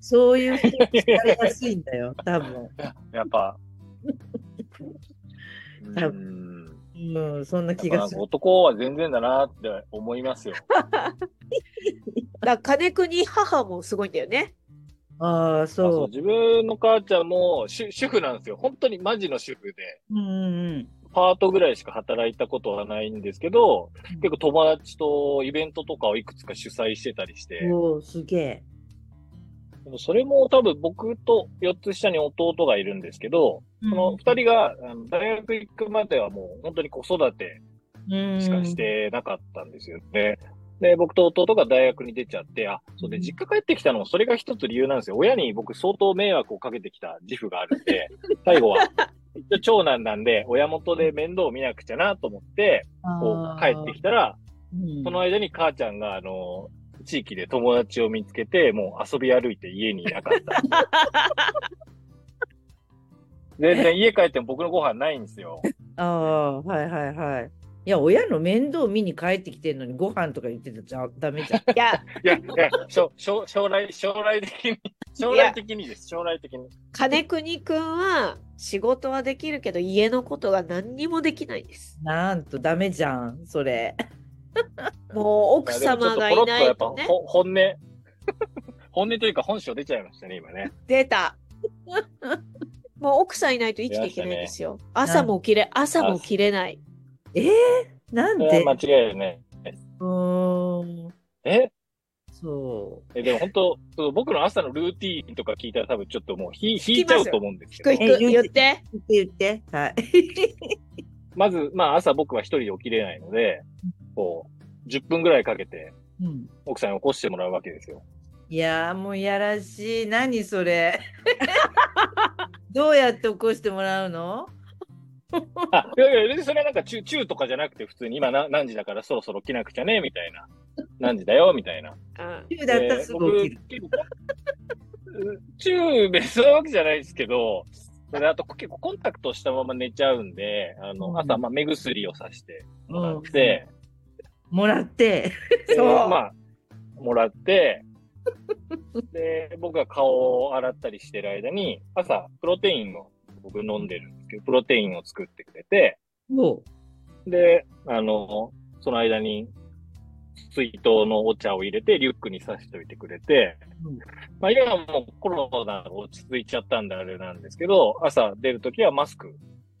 そういう人が疲れやすいんだよ、多分。やっ ぱ。多うんうん、そんなやっ気ぱながんすかる。男は全然だなって思いますよ。う。だから金国母もすごいんだよね。ああ、あそうそ自分の母ちゃんも主主婦なんですよ。本当にマジの主婦で、う。うんうんパートぐらいしか働いたことはないんですけど、うん結構友達とイベントとかをいくつか主催してたりして、うん。おお、すげえ。でもそれも多分僕と4つ下に弟がいるんですけど、その2人があの大学行くまではもう本当に子育てうんしかしてなかったんですよね。で、僕と弟が大学に出ちゃって、あ、そうで、実家帰ってきたのもそれが一つ理由なんですよ。親に僕相当迷惑をかけてきた自負があるんで、最 後は、一応長男なんで、親元で面倒を見なくちゃなと思って、こう帰ってきたら、うんその間に母ちゃんが、あの、地域で友達を見つけて、もう遊び歩いて家にいなかった。 全然家帰っても僕のご飯ないんですよ。ああ、はいはいはい。いや、親の面倒見に帰ってきてるのにご飯とか言ってたらダメじゃ ん。いや、いや、いや、将将将来、将来的に、将来的にです。将来的に。金国くんは仕事はできるけど家のことが何にもできないです。なんとダメじゃん、それ。もう奥様がいないやでともちょっとポロッとやっぱね。ほ本音。本音というか本性出ちゃいましたね、今ね。出た。もう奥さんいないと生きていけないんですよ。朝も起きれ、朝も起きれない。えー、なんそれでは間違いですね。うーん、えそえでも本当、その僕の朝のルーティーンとか聞いたら多分ちょっともうひ引いちゃうと思うんですけど低い。低いえ言って。う。言って言って。はい。まず、まあ朝僕は一人で起きれないので、こう、10分ぐらいかけてうん、奥さんに起こしてもらうわけですよ。いやー、もういやらしい。何そ れ。どうやって起こしてもらうのあ、いやいや、別にそれはなんか中、中とかじゃなくて普通に今な何時だからそろそろ起きなくちゃね、みたいな。何時だよ、みたいな。うん中だったらすぐ起きる。で僕結構中別なわけじゃないですけど、であと結構コンタクトしたまま寝ちゃうんで、あうんの、朝、まあ目薬をさしてもらって、もらって。でそうまあ、もらって、 で、僕が顔を洗ったりしてる間に、朝、プロテインを僕飲んでるんですけど、プロテインを作ってくれて、もで、あの、その間に、水筒のお茶を入れて、リュックに刺しておいてくれて、うんまあ、今はもうコロナが落ち着いちゃったんであれなんですけど、朝出るときはマスク、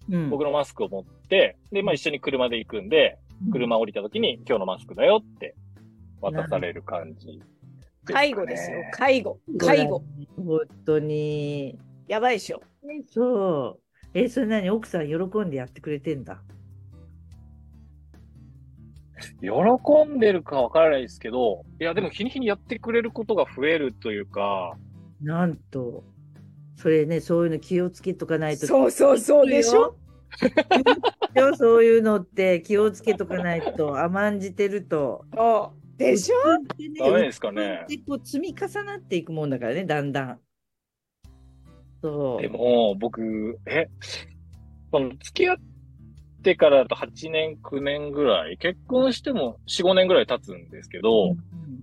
う、うん、僕のマスクを持って、で、まあ一緒に車で行くんで、車降りたときに今日のマスクだよって渡される感じ、介護ですよ。介護。介護。。本当に。やばいでしょ。そう。え、それ何奥さん喜んでやってくれてんだ。喜んでるかわからないですけど、いや、でも日に日にやってくれることが増えるというか、なんと。それね、そういうの気をつけとかないと。そうそうそうでしょ。よそういうのって気をつけとかないと甘んじてると。そうでしょでねダメですかねでこう積み重なっていくもんだからね、だんだん。そう。でも、僕、え、その、付き合ってからだと8年、9年ぐらい、結婚しても4、5年ぐらい経つんですけうど、ん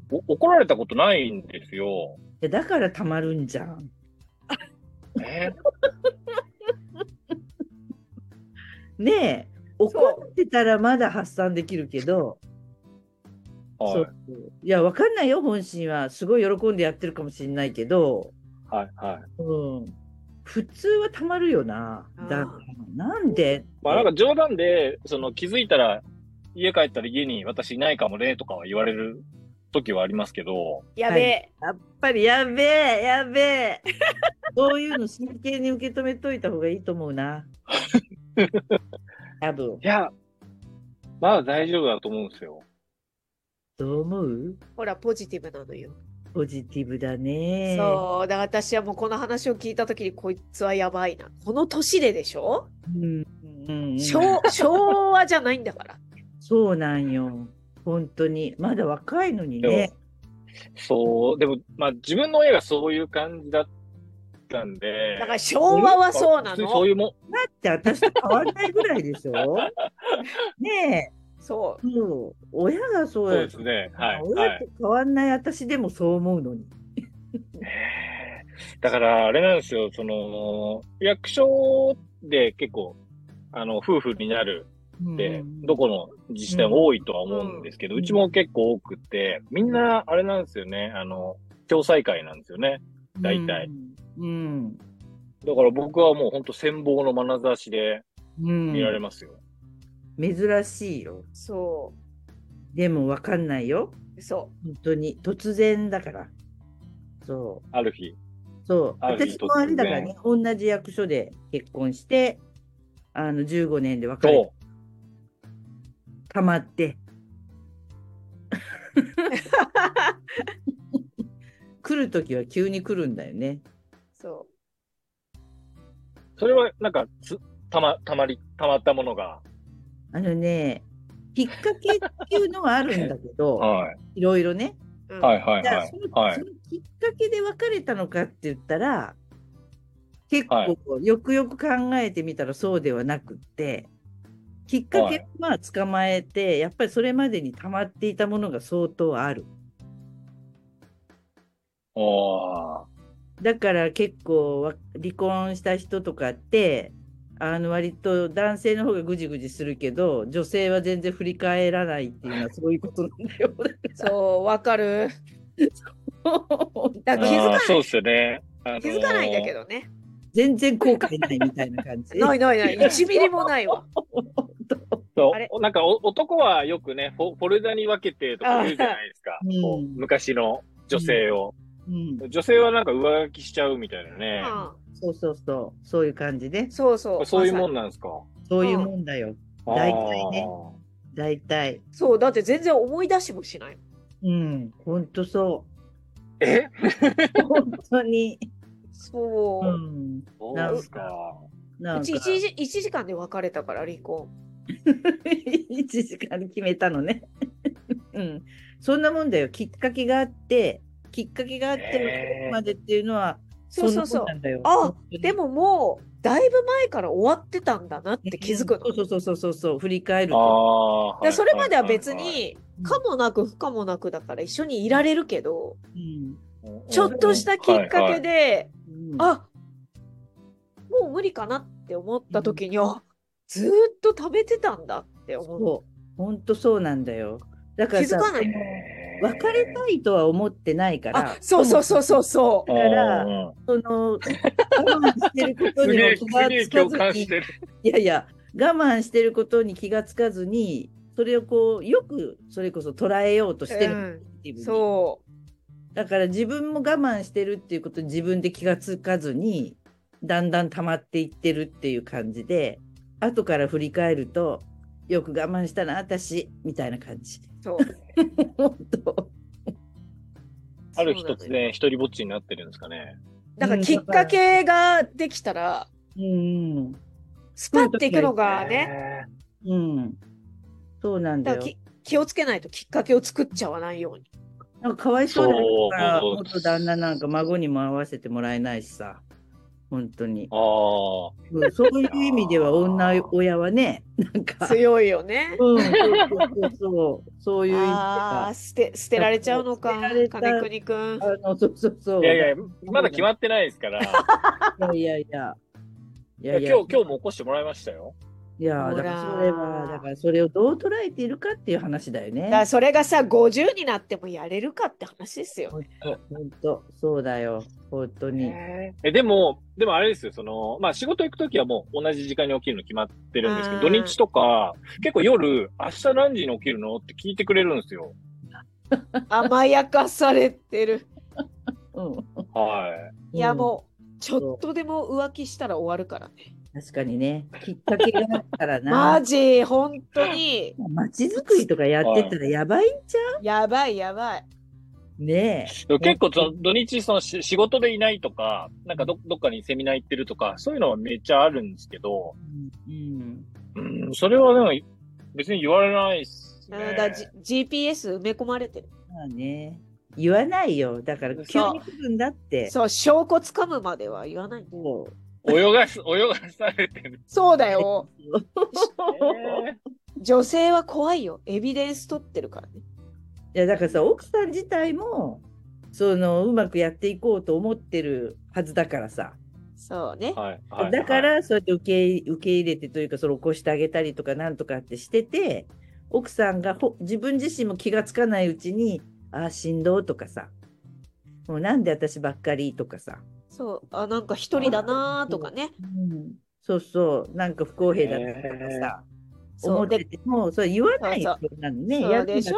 お怒られたことないんですよ。でだからたまるんじゃん。え、ねえ、怒ってたらまだ発散できるけど、はそ、いうそういや、わかんないよ、本心は。すごい喜んでやってるかもしれないけど、はい、はい。うん、普通はたまるよな。あーだなんでまあなんか冗談で、その気づいたら、家帰ったら家に私いないかもね、とかは言われる時はありますけど、やべえ。やっぱりやべえ、やべえ。そういうの真剣に受け止めといた方がいいと思う な。多分。いや、まだ大丈夫だと思うんですよ。どう思うほら、ポジティブなのよ。ポジティブだね。そう。だから私はもうこの話を聞いたときに、こいつはやばいな。この年ででしょ、うん。うんうん昭昭和じゃないんだから。そうなんよ。本当に。まだ若いのにね。そう、でも、まあ自分の親がそういう感じだったんで、だから昭和はそうな普通にそうの。いうもん、だって私と変わらないぐらいでしょ ねそえ。そう。親がそうそうやですね。はい。は親と、い変わんない私でもそう思うのに。えーだから、あれなんですよ、その、役所で結構、あの、夫婦になるって、どこの自治体も多いとは思うんですけど、ううんちも結構多くて、みんな、あれなんですよね、あの、共済会なんですよね。大体。うん。だから僕はもう本当羨望の眼差しでうん。見られますよ。珍しいよ。そでもわかんないよ。う。そ本当に。突然だから。そう。ある日。そう、ある日私もあれだからね、同じ役所で結婚して、あの15年で別れてと、たま って。来るときは急に来るんだよね。う。そそれはなんかつ、たま、たまり、たまったものが。あのね、きっかけっていうのはあるんだけ ど、はい。いろいろね。う。うんはいはいじゃあはそいの。はいそ。のきっかけで別れたのかって言ったら、結は構いよくよく考えてみたらそうではなくって、きっかけはまあ捕まえて、やっぱりそれまでに溜まっていたものが相当ある。あだから結構わ離婚した人とかって、あの割と男性の方がぐじぐじするけど、女性は全然振り返らないっていうのはそういうことなんだよ。 そう、わかる。だあ。から気づかあーそうっすよね。あのー気づかないんだけ。どね。全然後悔ないみたいな感じ。ないないない。1ミリもないわ。そあれう。なんかお男はよくねフォ、フォルダに分けてとか言うじゃないですか。うんこう昔の女性を、うん、女性はなんか上書きしちゃうみたいなね。うそうそうそう、そういう感じねん、。そうそう。そういうもまさんなんですか。そうそういうもんだよ。大体ねあ大体。にそう、だって全然思い出しもしない。うん、ほんとそー。えう。本当に。そうう。ん。そうなんすか。なうんかち 1, 時1時間で別れたから離婚。一時間決めたのね。 うん。そんなもんだよ。きっかけがあって、きっかけがあってもへーここまでっていうのは、そうそうそうんなもんなんだよ。あ本当にでももうだいぶ前から終わってたんだなって気づくの。うんそうそうそうそうそう、振り返るあと。あ。でそれまでは別はいはいに可もなく不可もなくだから一緒にいられるけどうんはいちょっとしたきっかけ。で、うんあもう無理かなって思った時に、あずーっと食べてたんだって思う。そう。ほんとそうなんだよ。だか気らづさ、かない。別れたいとは思ってないからあ。そうそうそうそうそだからうんうんその、我慢してることすにげもえ、気がすげえつか共ず感にし、てる。いやいや、我慢してることに気がつかずに、それをこう、よくそれこそ捉えようとう。してる、自う分ん、にそだから自分も我慢してるっていうことに自分で気がつかずに、だんだん溜まっていってるっていう感じで、後から振り返ると、よく我慢したな、私、みたいな感じ。 うそう。本当ある日突然、一人ぼっちになってるんですかね。だからきっかけができたらうん。スパッていくのがね。うん。そうなんだだから。よき気をつけないときっかけを作っちゃわない ように。なんかかわいそうだよだからそう元旦那なんか孫にも会わせてもらえないしさ。本当にえ。ー。うんそういう意味では女親はね、なんか。強いよね。うん、そうそうそう、そういう意味あではあ、。捨て、捨てられちゃうのか捨てられ、た金国くん。あの、そうそうそう。ああ。いやいや、まだ決まってないですから。いやいやいや。いやいや今日、今日も起こしてもらいましたよ。いや、ほらだからそれは、だからそれをどう捉えているかっていう話だよねだか。らそれがさ、50になってもやれるかって話ですよ。本当、そうだよ。本当に。え、でも、でもあれですよ、その、まあ仕事行くときはもう同じ時間に起きるの決まってるんですけど、土うん日とか、結構夜、明日何時に起きるのって聞いてくれるんですよ。甘やかされてる。うん。はいや、もう、ちょっとでも浮気したら終わるからね。うん。確かにね。きっかけがあった らな。マジ、本当に、 街づくりとかやってたらやばいんちゃやばいやばい。うねい。でも結構その、土日、そのし仕事でいないとか、なんかどどっかにセミナー行ってるとか、そういうのはめっちゃあるんですけど、え。うん。うん、それはでも別に言われないっすだね。から、G、GPS 埋め込まれてる。まあね。言わないよ。だから急に来るんだって。そう、証拠つかむまでは言わない。そう。泳がす、泳がされてる。そうだよ。ね女性は怖いよ。エビデンス取ってるからね。いやだからさ奥さん自体もそのうまくやっていこうと思ってるはずだからさ、そうね。 はい。はいだか、らそうやって受け入受け入れてというかその起こしてあげたりとかなんとかってしてて奥さんがほ自分自身も気がつかないうちにああしんどうとかさもうなんで私ばっかりとかさ、そう、あ、なんか一人だなーとかね。うん、そうそうなんか不公平だったとかさ、そう思っててもそう言わないよそうそんなのねそうやるんだでしょ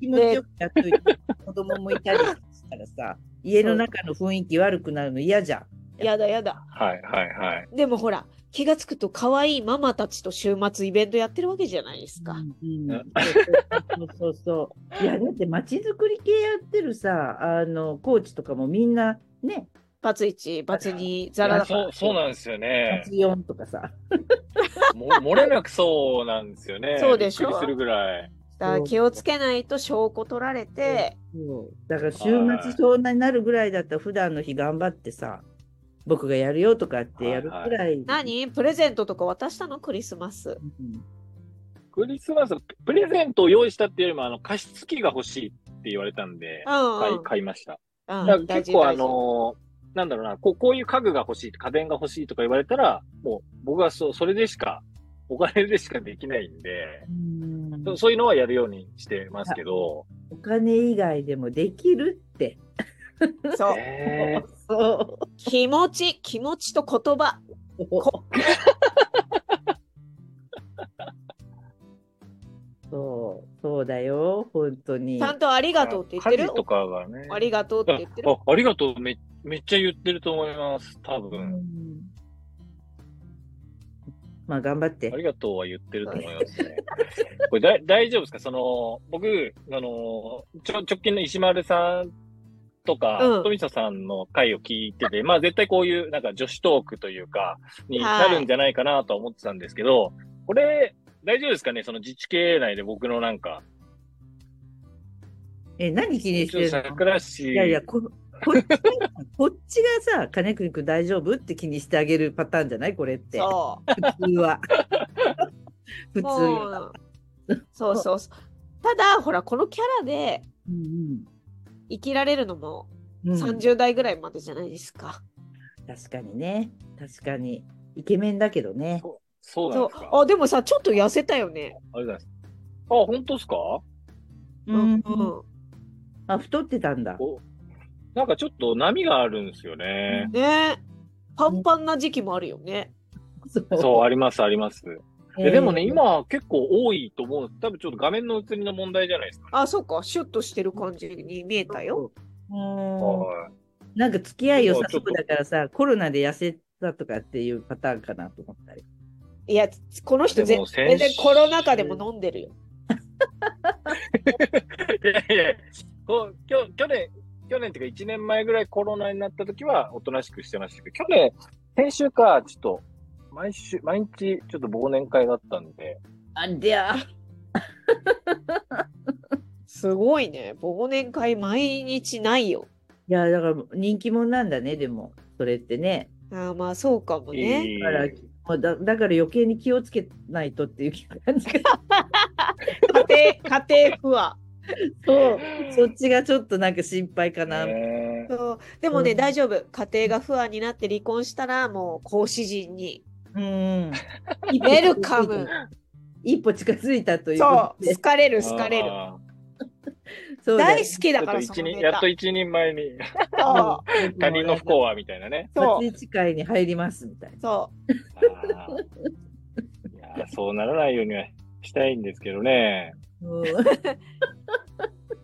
気持ちよくやっといて子供もいたりしたらさ家の中の雰囲気悪くなるの嫌じゃん。やだやだ。はいはいはい。でもほら、気がつくと可愛いママたちと週末イベントやってるわけじゃないですか。うんそうそうそう。いやだってまちづくり系やってるさあのコーチとかもみんなねバツイチ、バツ2、ザラだかそらうそうなんですよね。活用とかさ。も漏れなくそうなんですよね。 そうでしょびっくりするぐらい。だから気をつけないと証拠取られて、そうだから週末そんなになるぐらいだったら普段の日頑張ってさ僕がやるよとかってやるくらい。何プレゼントとか渡したのクリスマス。うんクリスマス、プレゼントを用意したっていうよりも、あの、加湿器が欲しいって言われたんで、うん、買ういん買いました。うだん。か大ら事結構あ大事。のーなんだろうなこう、こういう家具が欲しい、家電が欲しいとか言われたら、もう僕はそうそれでしか、お金でしかできないんで、そそういうのはやるようにしてますけど、お金以外でもできるって。そう。えーそ気持ち、気持ちと言葉。う。そう、そうだよ、本当に。ちゃんとありがとうって言って家る事とかがね。ありがとうって言ってるあありがとうめ、めっちゃ言ってると思います、多う分。んまあ、頑張ってあ。りがとうは言ってると思いますね。 これだ大丈夫ですかその、僕、あのー、ちょ直近の石丸さんとか、うん富田さんの回を聞いてて、まあ絶対こういうなんか女子トークというか、になるんじゃないかなとは思ってたんですけど、これ、大丈夫ですかねその自治系内で僕のなんか、え、何気にしちょてっとるの桜市、いやいや、ここっち こっちがさ、金国君大丈夫って気にしてあげるパターンじゃないこれって。そ普通は。普う。通もは。う、そうそうそう。ただ、ほら、このキャラでうん生きられるのもうんうん30代ぐらいまでじゃないですか。確かにね。確かに。イケメンだけどね。そうなんそでうすか。ああ、でもさ、ちょっと痩せたよね。ありがとうございます。あ、本当ですかうん。あ、太ってたんだ。おなんかちょっと波があるんですよね。ねパンパンな時期もあるよね。そうそう、あります、あります。えでもね、。えー今結構多いと思う。多分ちょっと画面の映りの問題じゃないですか、ね。あ、そうか。シュッとしてる感じに見えたよ。。うんはい なんか付き合い良さそうだからさ、コロナで痩せたとかっていうパターンかなと思ったり。いや、この人で全も全先然コロナ禍でも飲んでるよ。いやいやこうきょ去年、去年っていうか1年前ぐらいコロナになった時はおとなしくしてましたけど、去年、先週か、ちょっと、毎週、毎日ちょっと忘年会だったんで、ありゃー。すごいね。忘年会毎日ないよ。いや、だから人気者なんだね、でも。それってね。あまあ、そうかもね。いいだからもうだだから余計に気をつけないとっていう感じ が家庭、家庭不安。 そうそっちがちょっとなんか心配かな、ねそうでもね、うん大丈夫家庭が不安になって離婚したらもう講師陣にうんウウェルカム一歩近づいたというこそとうで好かれる好かれるあそうだ大よ好きーだからちょそっと一の人ネやっタと一人 前に、そ他人の不幸はみたいなね。うそ松井地会に入りますみたいうそあーいやーそうならないようにはしたいんですけどね。な、うんう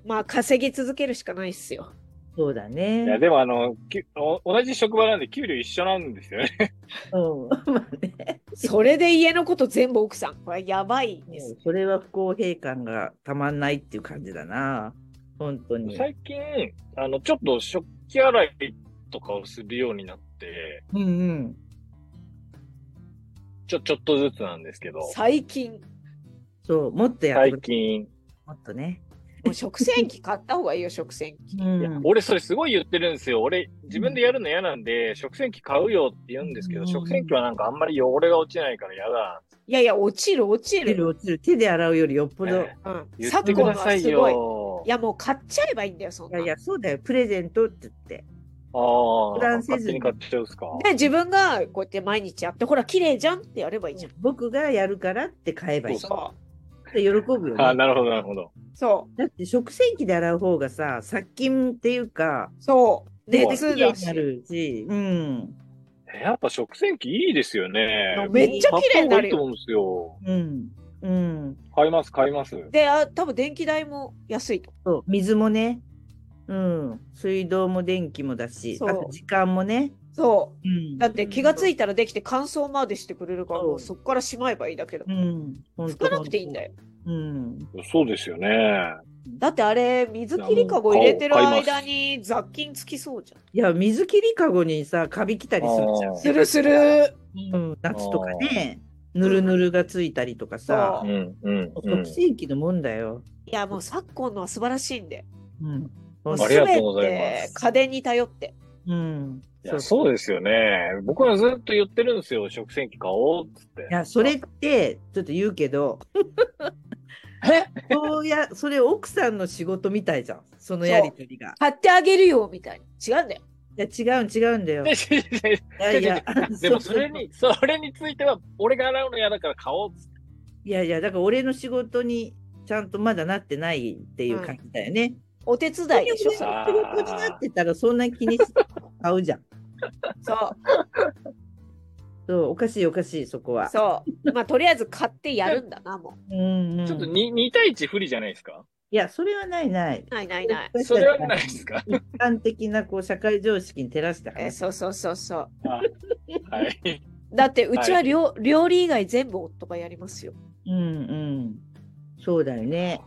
まあ稼ぎ続けるしかないっすよ そうだいや、ねでもあの、きゅお同じ職場なんで給料一緒なんですよね。うんまあねそれで家のこと全部奥さんこれやばいですそれは不公平感がたまんないっていう感じだな本当に、最近、あの、ちょっと食器洗いとかをするようになって、うんうんちょ、ちょっとずつなんですけど、最近そうもっとやって最近、もっとね、もう食洗機買った方がいいよ食洗機うんいや俺それすごい言ってるんですよ。俺、自分でやるの嫌なんで、食洗機買うよって言うんですけど、うん食洗機はなんかあんまり汚れが落ちないから嫌だ。いやいや落ちる落ち落ちるる、落ちる手で洗うよりよっぽど、ねうん、言ってください昨今はすごいよい。やもう買っちゃえばいいんだよそんいなやいや、そうだよ、プレゼントって言って。ああ油断ー、せ勝ず手にに買っちゃうんすか。で自分がこうやって毎日やってほら綺麗じゃんってやればいいじゃん僕がやるからって買えばいい。そうって喜ぶよあ、ね。なるほど、なるほど。そだって食洗機で洗う方がさ、殺菌っていうか、う、そう、で熱綺麗だにしな。るし、うん。えやっぱ食洗機いいですよね。めっちゃ綺麗になるよ買った方がいいと思うんですよ。うん。うん。買います、買います。で、あ、多分電気代も安いと。そう、水もね、うん。水道も電気もだし、そうあと時間もね。そう。うん。だって気がついたらできて乾燥までしてくれるから、そうもうそこからしまえばいいだけだ。うん。拭拭かなくていいんだよ。よ。うん。そうですよね。だってあれ、水切りかご入れてるいやもう買います間に雑菌つきそうじゃん。いや、水切りかごにさ、カビ来たりするじゃんあーするする。うん、夏とかね、ぬるぬるがついたりとかさうそ、ん、うん、うん食。洗機のもんだよ。いや、もう昨今のは素晴らしいんで。うん。もありがとうございます全て家電に頼って。うん。いやそうですよね。僕はずっと言ってるんですよ。食洗機買おうっつって。いや、それって、ちょっと言うけど、そうや、 それ奥さんの仕事みたいじゃん。そのやりとりが。買ってあげるよ、みたいな。違うんだよ。いや、違うん、違うんだよ。でいしでしやいや、 でもそれに、それについては、俺が洗うの嫌だから買おうっつって。いやいや、だから俺の仕事に、ちゃんとまだなってないっていう感じだよね。お手伝いでしょ、仕そあれ。事になってたら、そんな気にして買うじゃん。そう、そう、おかしいおかしい、そこは。そう。まあ、とりあえず買ってやるんだな、もうんうんちょっと 2, 2対1不利じゃないですかいや、それはないない。う。ないないない。私そたちれはないですか一般的なこう社会常識に照らしたえ話。そうそうそうそう。あはい。だって、うちは料,、料理以外全部夫がやりますよ。うんうん。そうだよね。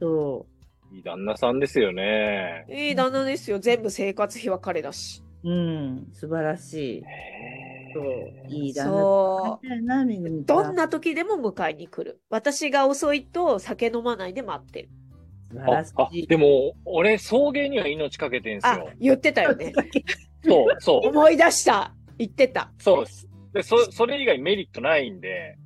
そいい旦那さんですよね。いい旦那ですよ。全部生活費は彼だし。う。うん。素晴らしい。そう。いいだな。そう。だよな、めぐみちゃどんな時でも迎えに来る。私が遅いと酒飲まないで待ってる。素晴あらしあい。でも、俺、送迎には命かけてんすあよ。、言ってたよ ね。そう、そう、思い出した。言ってた。そうです。で、そ、それ以外メリットないんで、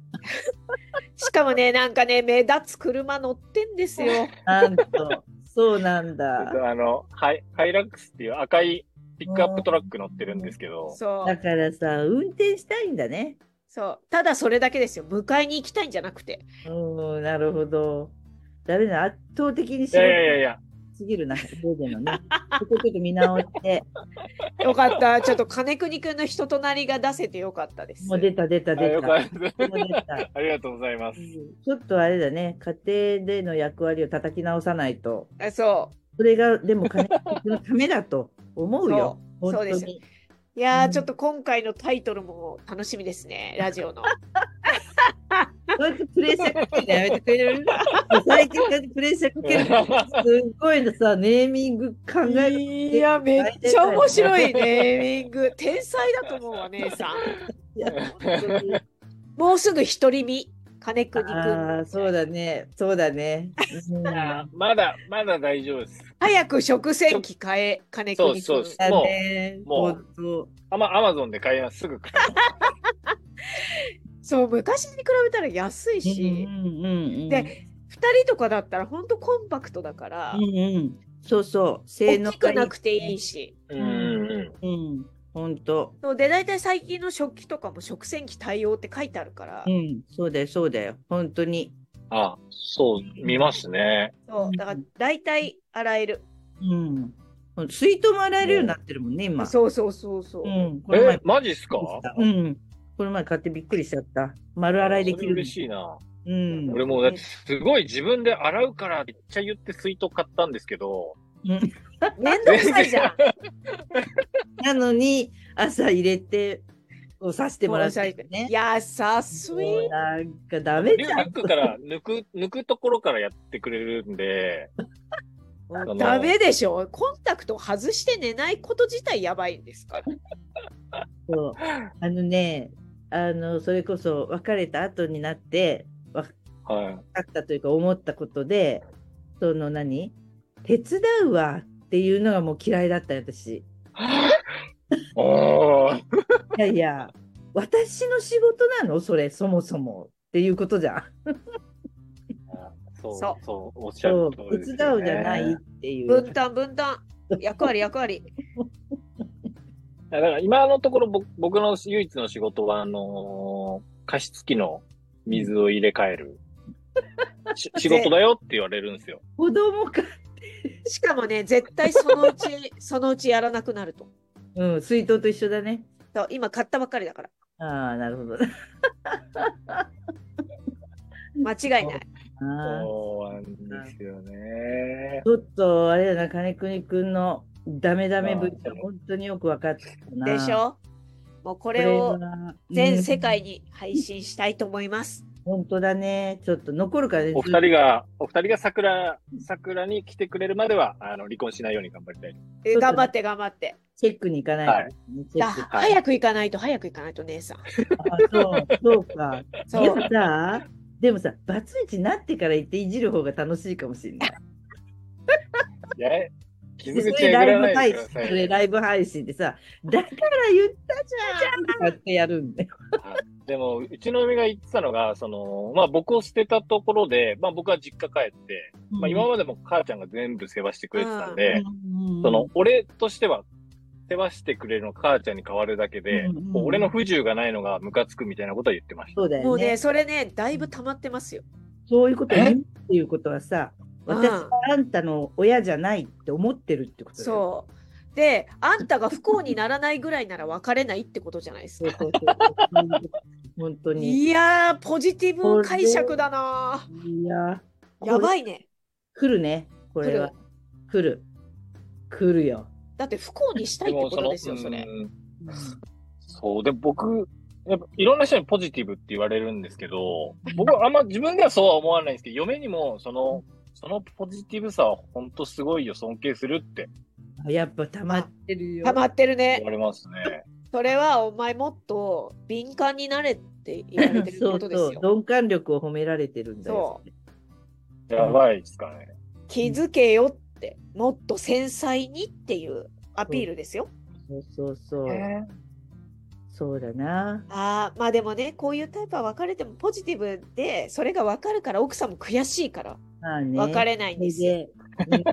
しかもね、なんかね、目立つ車乗ってんですよ。なんと。そうなんあだ。の、ハイ、ハイラックスっていう赤いピックアップトラック乗ってるんですけど、そだう。からさ、運転したいんだね。そう。ただそれだけですよ。迎えに行きたいんじゃなくて。うん、なるほど。ダメだ、圧倒的に仕いやいやいやい事や、すぎるな、そうでのね。 そこちょっと見直 して。よかった。ちょっと金国くんの人となりが出せてよかったです。もう出た、出た、あ出よた。もかっう出た。た。ありがとうございます。ちょっとあれだね、家庭での役割を叩き直さないと、あそそれがでも金のためだと思うよ。そう本当にそうでう。いやー、うんちょっと今回のタイトルも楽しみですね。ラジオの。そうやってプレッシャーかけるのやめてくれる最近こうやってプレッシャーかけるのすっごいのさ、ネーミング考える。いや、めっちゃ面白いネーミング。天才だと思うわ、姉さん。いや本当にもうすぐ独り身。金国くああ、ん。そうだね、そうだね。うんあまだ、まだ大丈夫です。早く食洗機変え、金国くん。そうそうだね、もう本当アマアマゾンで買います。すぐ買います。そう昔に比べたら安いし、うんうんうん、で2人とかだったらほんとコンパクトだから、うんうん、そうそう、大性能きくなくていいし。し。うんうんうん、本当。そうで大体最近の食器とかも食洗機対応って書いてあるから、うん、そうだよ、そうだよ、本当に。あ、そう、見ますね。そうだから大体洗える、うん。水筒も洗えるようになってるもんね、今。そうそうそうそう、うん、この前え、マジっすかうん。この前買ってびっくりしちゃった。丸洗いできそれる。嬉しいな。うん。俺もうだってすごい自分で洗うからめっちゃ言って水筒買ったんですけど、うんめんどくさいじゃん なのに、朝入れて、こうさしてもらってる ね。優しもういなんかダリメュじリゃュッん。クから抜く、抜くところからやってくれるん で、あのダメでしょコンタクト外して寝ないこと自体やばいんですからそうあのね、あの、それこそ別れた後になって、わはい。あったというか思ったことでその何手伝うわっていうのがもう嫌いだったよ私 おーいやいや私の仕事なのそれそもそもっていうことじゃんそう、そそう、おっしゃそるう通手りです伝ようねじゃないっていう分担分担役割役割だから今のところ僕僕の 唯一の仕事は、あのー加湿器の水を入れ替えるし仕事だよって言われるんですよ。子供か。しかもね、絶対そのうち、 そのうちやらなくなると。うん、水筒と一緒だね。そう今買ったばっかりだから。ああ、なるほど。間違いない。あーそうなんですよね。ちょっと、あれだな、金国くんのダメダメぶりが本当によく分かったな。でしょこもうこれれをは。全世界うんに配信したいと思います。本当だね。ちょっと残るからね。お二人が、お二人が桜、桜に来てくれるまでは、あの、離婚しないように頑張りたい。え頑張って頑張って。チェックに行かないからね、チェだックはい早く行かないと早く行かないと姉さん。あそう、そうか。そでうもさ、でもさ、バツイチになってから行っていじる方が楽しいかもしれない。 いや、傷そ口れえぐライらブない配で信く、そださいれね。ライブ配信でさ、だから言ったじゃんとかってやるんだよ。でも、うちの嫁が言ってたのが、その、まあ僕を捨てたところで、まあ僕は実家帰って、まあ今までも母ちゃんが全部世話してくれてたんで、うんその、、俺としては、世話してくれるの母ちゃんに変わるだけで、うんうんこう俺の不自由がないのがムカつくみたいなことは言ってました。そうだもようね、ね。それね、だいぶ溜まってますよ。そういうことをえ言うっていうことはさ、私うんはあんたの親じゃないって思ってるってことだよ。そう。で、あんたが不幸にならないぐらいなら別れないってことじゃないですそうか。そうそう。本当に。いやー、ポジティブ解釈だないや、ー。やばい。いね。来るね、これは。来る。来るよ。だって不幸にしたいってことですよ、それ。うんそう。で、僕、やっぱいろんな人にポジティブって言われるんですけど、僕はあんま自分ではそうは思わないんですけど、嫁にも、その、そのポジティブさは本当すごいよ、尊敬するってやっぱ溜まってるよ。溜まってる言ね。われますね。それはお前もっと敏感になれって言われてるそこうとです そうよ。鈍感力を褒められてるんだよ。やばいですかね。気づけよって、もっと繊細にっていうアピールですよ。そうそうそう。ねそうだな。ああ、まあでもね、こういうタイプは別れてもポジティブで、それが分かるから、奥さんも悔しいから、まあね。別れないんですよ。で、ね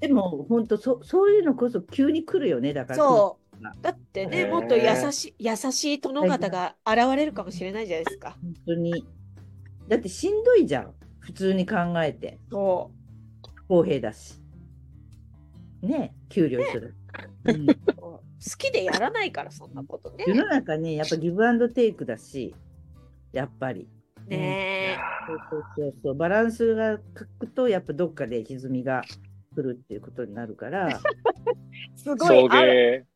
でも本当そそういうのこそ急に来るよねだから。そう。だってね、ねもっと優しい、優しい殿方が現れるかもしれないじゃないですか。本当に。だってしんどいじゃん普通に考えてそ不公平だし。ね給料一緒だし。うんう。好きでやらないから、そんなことね。世の中ねやっぱギブアンドテイクだしやっぱり。ねそうそうそうそうバランスが書くとやっぱどっかで歪みが来るっていうことになる から。え。すご送いある。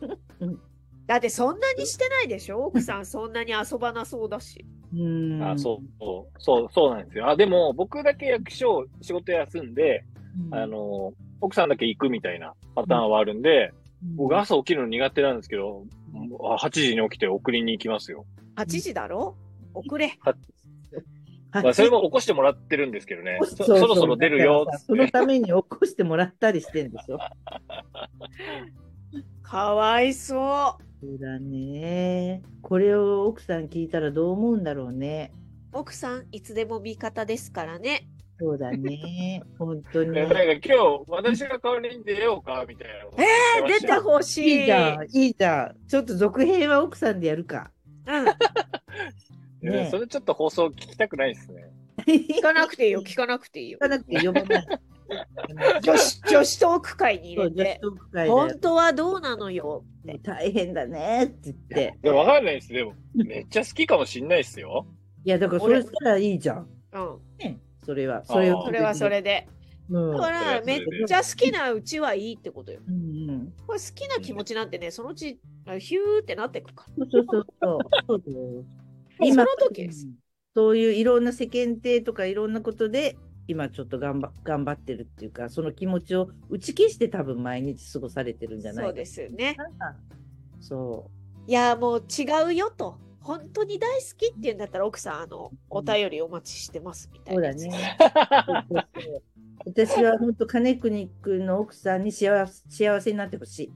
迎。だってそんなにしてないでしょ奥さんそんなに遊ばなそうだし。うんあそうそう、そう、そうなんですよ。あ、でも、僕だけ役所、仕事休んで、うんあの、奥さんだけ行くみたいなパターンはあるんで、僕朝起きるの苦手なんですけど、あ8時に起きて送りに行きますよ。 8時だろ遅れ。はいまあ、それも起こしてもらってるんですけどね。そそううそろそろ出るよだからっさつそっのて。ために起こしてもらったりしてんでし ょ。かわいそそうだね。これを奥さん聞いたらどう思うんだろうね。う。奥さんいつでも味方ですからね。そうだね。本当 に。なんか今日、私が代わりに出ようかみたいなこと言ってま出したよ。てほしい。いいじゃん、いいじゃん。ちょっと続編は奥さんでやるか。うん。出たうんねそれちょっと放送聞きたくないですね。聞かなくていいよ、聞かなくていいよ聞。かなくて呼ばない。女子女子トーク会にそ 入れうて、女子トーク会だよ本当はどうなのよって。大変だねって言って。でもわかんないです。でも、めっちゃ好きかもしんないで すよ。いや、だからそれしたらいいじゃん。うん、ね、それは。それあーをそれはそ。れで。うん。だうから、めっちゃ好きなうちはいいってことよ。んうんこれ好きな気持ちなんてね、そのうち、ヒューってなっていくから。そうそうそうそう。そうだよ今その時です。そういういろんな世間体とかいろんなことで、今ちょっと頑張頑張ってるっていうか、その気持ちを打ち消して多分毎日過ごされてるんじゃないそうですよね。なんかそいや、もう違うよと。本当に大好きっていうんだったら、奥さん、あの、お便りお待ちしてますみう。たいそうなやだつ。ね。そうそうそう 私は本当金国君の奥さんに幸せ幸せになってほしい。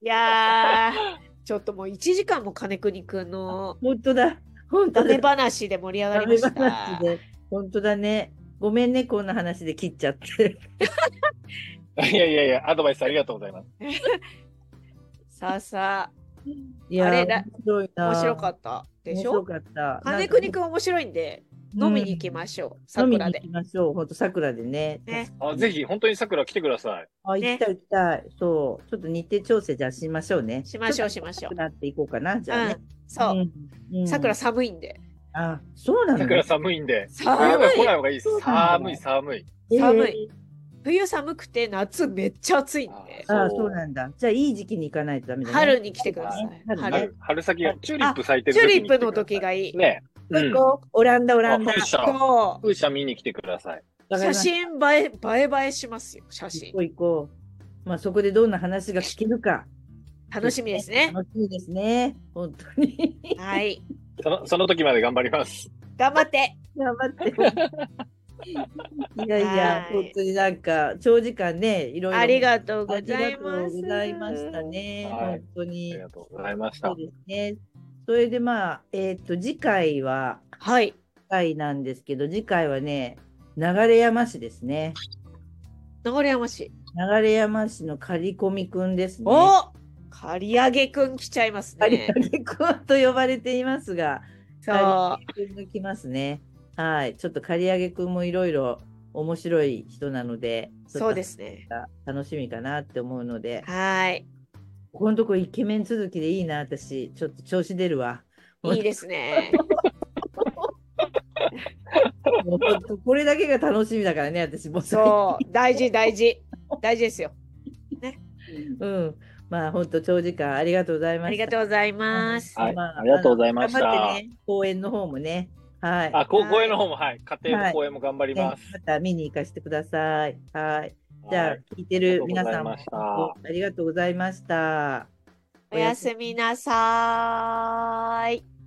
いやー、ちょっともう1時間も金国くん の本当だ。本ダ当だメ。話で盛り上がダりまメした。話で。本当だね。ごめんね、こんな話で切っ ちゃって。 いやいやいや、アドバイスありがとうございます。さあさあ、いやーあれら面白いな面白かったでし面白ょかった。金国くくん面白いんで、飲みに行きましょう。飲みに桜行でき。ましょう。本当桜でね。ねあ、ぜひ、本当に桜来てください。あ、行きたい行きたい。そう。ちょっと日程調整じゃあしましょうね。しましょうちしましょょっうと。なっていこうかな。じゃあうねん。。そう。うん。うん桜。寒いんで。あ、そうなの。桜寒いんで。冬寒は来いない方がいいでそうす。なんだ寒い、寒い。寒い。冬寒くて夏めっちゃ暑いんで。ああ、そうなんだ。じゃあいい時期に行かないとダメだね。春に来てください。春ね春。春春先が、チューリップ咲いてるチュー時リにッ来てプくださのい時がいい。ね。うん。ここオランダ、オランダあ。風車そう。風車見に来てください。わか写りました真映え、映え映えしますよ。写真行こ。う行こう。まあそこでどんな話が聞けるか。楽しみですね。楽しいですね。本当に。 はい。その、その時まで頑張ります。頑張って。頑 張って。いやいやは、い本当になんか長時間ね、いろいろ。ありがとうあごりがざいます。ございましたね。は本い当あにり。がとうございましそたう。ですね。それでまあ、えっ、と、次回は、はい。次回なんですけど、次回はね、流山市ですね。流山市。流山市の刈り込みくんですね。お刈り上げくん来ちゃいます刈りね。込みくんと呼ばれていますが、そう。刈り上げくんが来ますね。はい。ちょっと刈り上げくんもいろいろ面白い人なので、。そうですすね。楽しみかなって思うので、はい。ここのとこイケメン続きでいいな、私。ちょっと調子出るわ。いいですね。もうほんとこれだけが楽しみだからね、私も。そう。大事、大事。大事ですよ。うん。まあ、本当長時間ありがとうございまあした。りがとうございます。はいまあありがとうございました頑張ってね、公演の方もね。はい。あ、こう公演の方も、はい。家庭の公演も頑張りねます。また見に行かせてください。はい。じゃあ、はい聞いてる皆さんもありがとうございまありがとうございました。おやすみなさーい。